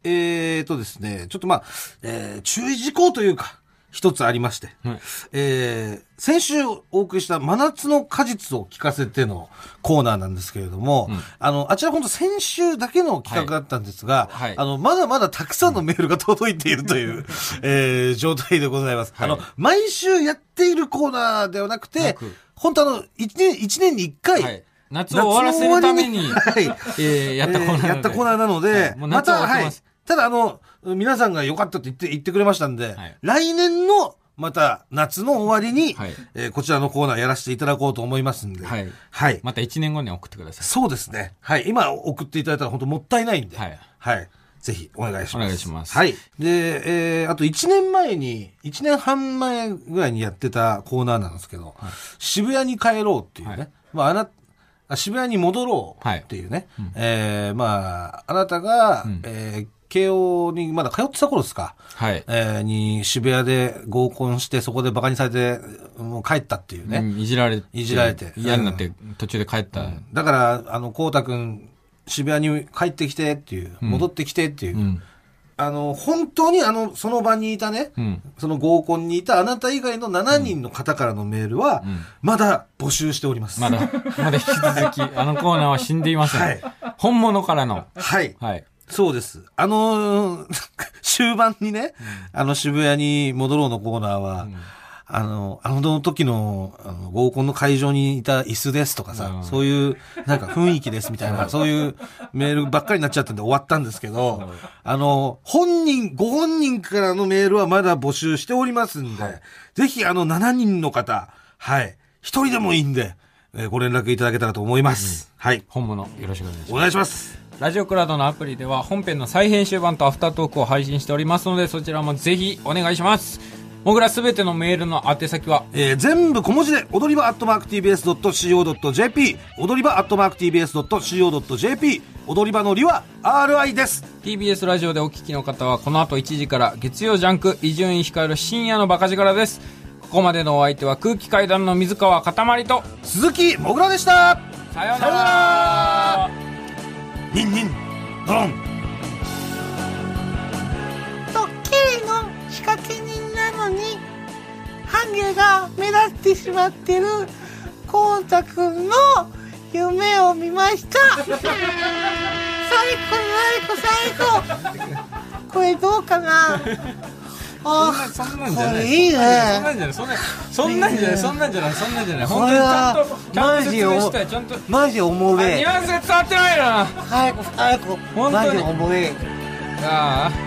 Speaker 2: えーとですね、ちょっとまあ、えー注意事項というか、一つありまして、
Speaker 1: はい
Speaker 2: えー先週お送りした真夏の果実を聞かせてのコーナーなんですけれども、あの、あちら本当先週だけの企画だったんですが、
Speaker 1: はいはい
Speaker 2: あの、まだまだたくさんのメールが届いている という、えー状態でございます。
Speaker 1: はい
Speaker 2: あの、毎週やっているコーナーではなく
Speaker 1: な
Speaker 2: て
Speaker 1: く、
Speaker 2: 本当あの、一年、一年に一回、
Speaker 1: はい夏を終わらせるために、
Speaker 2: 夏の 終わりにはい
Speaker 1: えーやったコーナーなので。
Speaker 2: えーやったコーナーなので、
Speaker 1: はいもう夏は終わってます
Speaker 2: ただあの、皆さんが良かったと言って、言ってくれましたんで、
Speaker 1: はい
Speaker 2: 来年の、また夏の終わりに、
Speaker 1: はい
Speaker 2: えーこちらのコーナーやらせていただこうと思いますんで、
Speaker 1: はい
Speaker 2: はい
Speaker 1: また1年後に送ってください。
Speaker 2: そうですね。はい。今送っていただいたら本当もったいないんで、
Speaker 1: はい
Speaker 2: ぜひお願いします。
Speaker 1: お願いします
Speaker 2: はい。で、えーあと1年前に、1年半前ぐらいにやってたコーナーなんですけど、渋谷に帰ろうっていうね、
Speaker 1: はい
Speaker 2: まあ、あなあ渋谷に戻ろうっていうね、えーまあ、あなたが、えー慶応にまだ通ってた頃ですか、
Speaker 1: はい。
Speaker 2: えーに渋谷で合コンして、そこで馬鹿にされて、もう帰ったっていうね。
Speaker 1: うんいじられて。
Speaker 2: いじられて
Speaker 1: 嫌になって、途中で帰った。
Speaker 2: だから、あの、こうたくん、渋谷に帰ってきてっていう、戻ってきてっていう、
Speaker 1: うん。
Speaker 2: あの、本当にあの、その場にいたね、
Speaker 1: うん。
Speaker 2: その合コンにいたあなた以外の7人の方からのメールは、まだ募集しております。
Speaker 1: まだ、 まだ引き続き、あのコーナーは死んでいません。
Speaker 2: はい
Speaker 1: 本物からの。
Speaker 2: はい。
Speaker 1: はい。
Speaker 2: そうです。あのー 終盤にね、あの渋谷に戻ろうのコーナーは、あの、あの時のあの合コンの会場にいた椅子ですとかさ、
Speaker 1: うん
Speaker 2: そういう、なんか雰囲気ですみたいな、そういうメールばっかりになっちゃったんで終わったんですけど、あの、本人、ご本人からのメールはまだ募集しておりますんで、ぜひあの7人の方、はい、一人でもいいんで、えーご連絡いただけたらと思います。はい。
Speaker 1: 本物、よろしくお願いします
Speaker 2: お。願いします。
Speaker 1: ラジオクラウドのアプリでは本編の再編集版とアフタートークを配信しておりますのでそちらもぜひお願いしますもぐらすべてのメールの宛先は
Speaker 2: えー全部小文字で踊り場アットマーク TBS.CO.JP 踊り場アットマーク TBS.CO.JP 踊り場のりは RI です
Speaker 1: TBS ラジオでお聞きの方はこの後1時から月曜ジャンク伊集院光る深夜のバカ力ですここまでのお相手は空気階段の水川かたまりと
Speaker 2: 鈴木もぐらでした
Speaker 1: さよう
Speaker 2: さよう
Speaker 1: な
Speaker 2: な
Speaker 1: ら
Speaker 2: ニンニンドロン
Speaker 3: ドッキリの仕掛け人なのにハゲが目立ってしまってるこうたくんの夢を見ました最高最高最高これどうかなあ
Speaker 1: そんなんじゃない
Speaker 3: これいいね
Speaker 1: そんなんじゃないそんなそんなんじゃないそんなんじゃないそんなんじゃない
Speaker 2: こ
Speaker 1: 本当に
Speaker 2: れ
Speaker 1: ちゃんとちゃんと説明
Speaker 2: はマジ
Speaker 1: したいちゃんとあ
Speaker 2: マジおも
Speaker 1: ニ
Speaker 2: れ
Speaker 1: ュアンスが伝わってないな
Speaker 3: 早く早く
Speaker 1: 本当に
Speaker 3: マジ重い
Speaker 1: ああ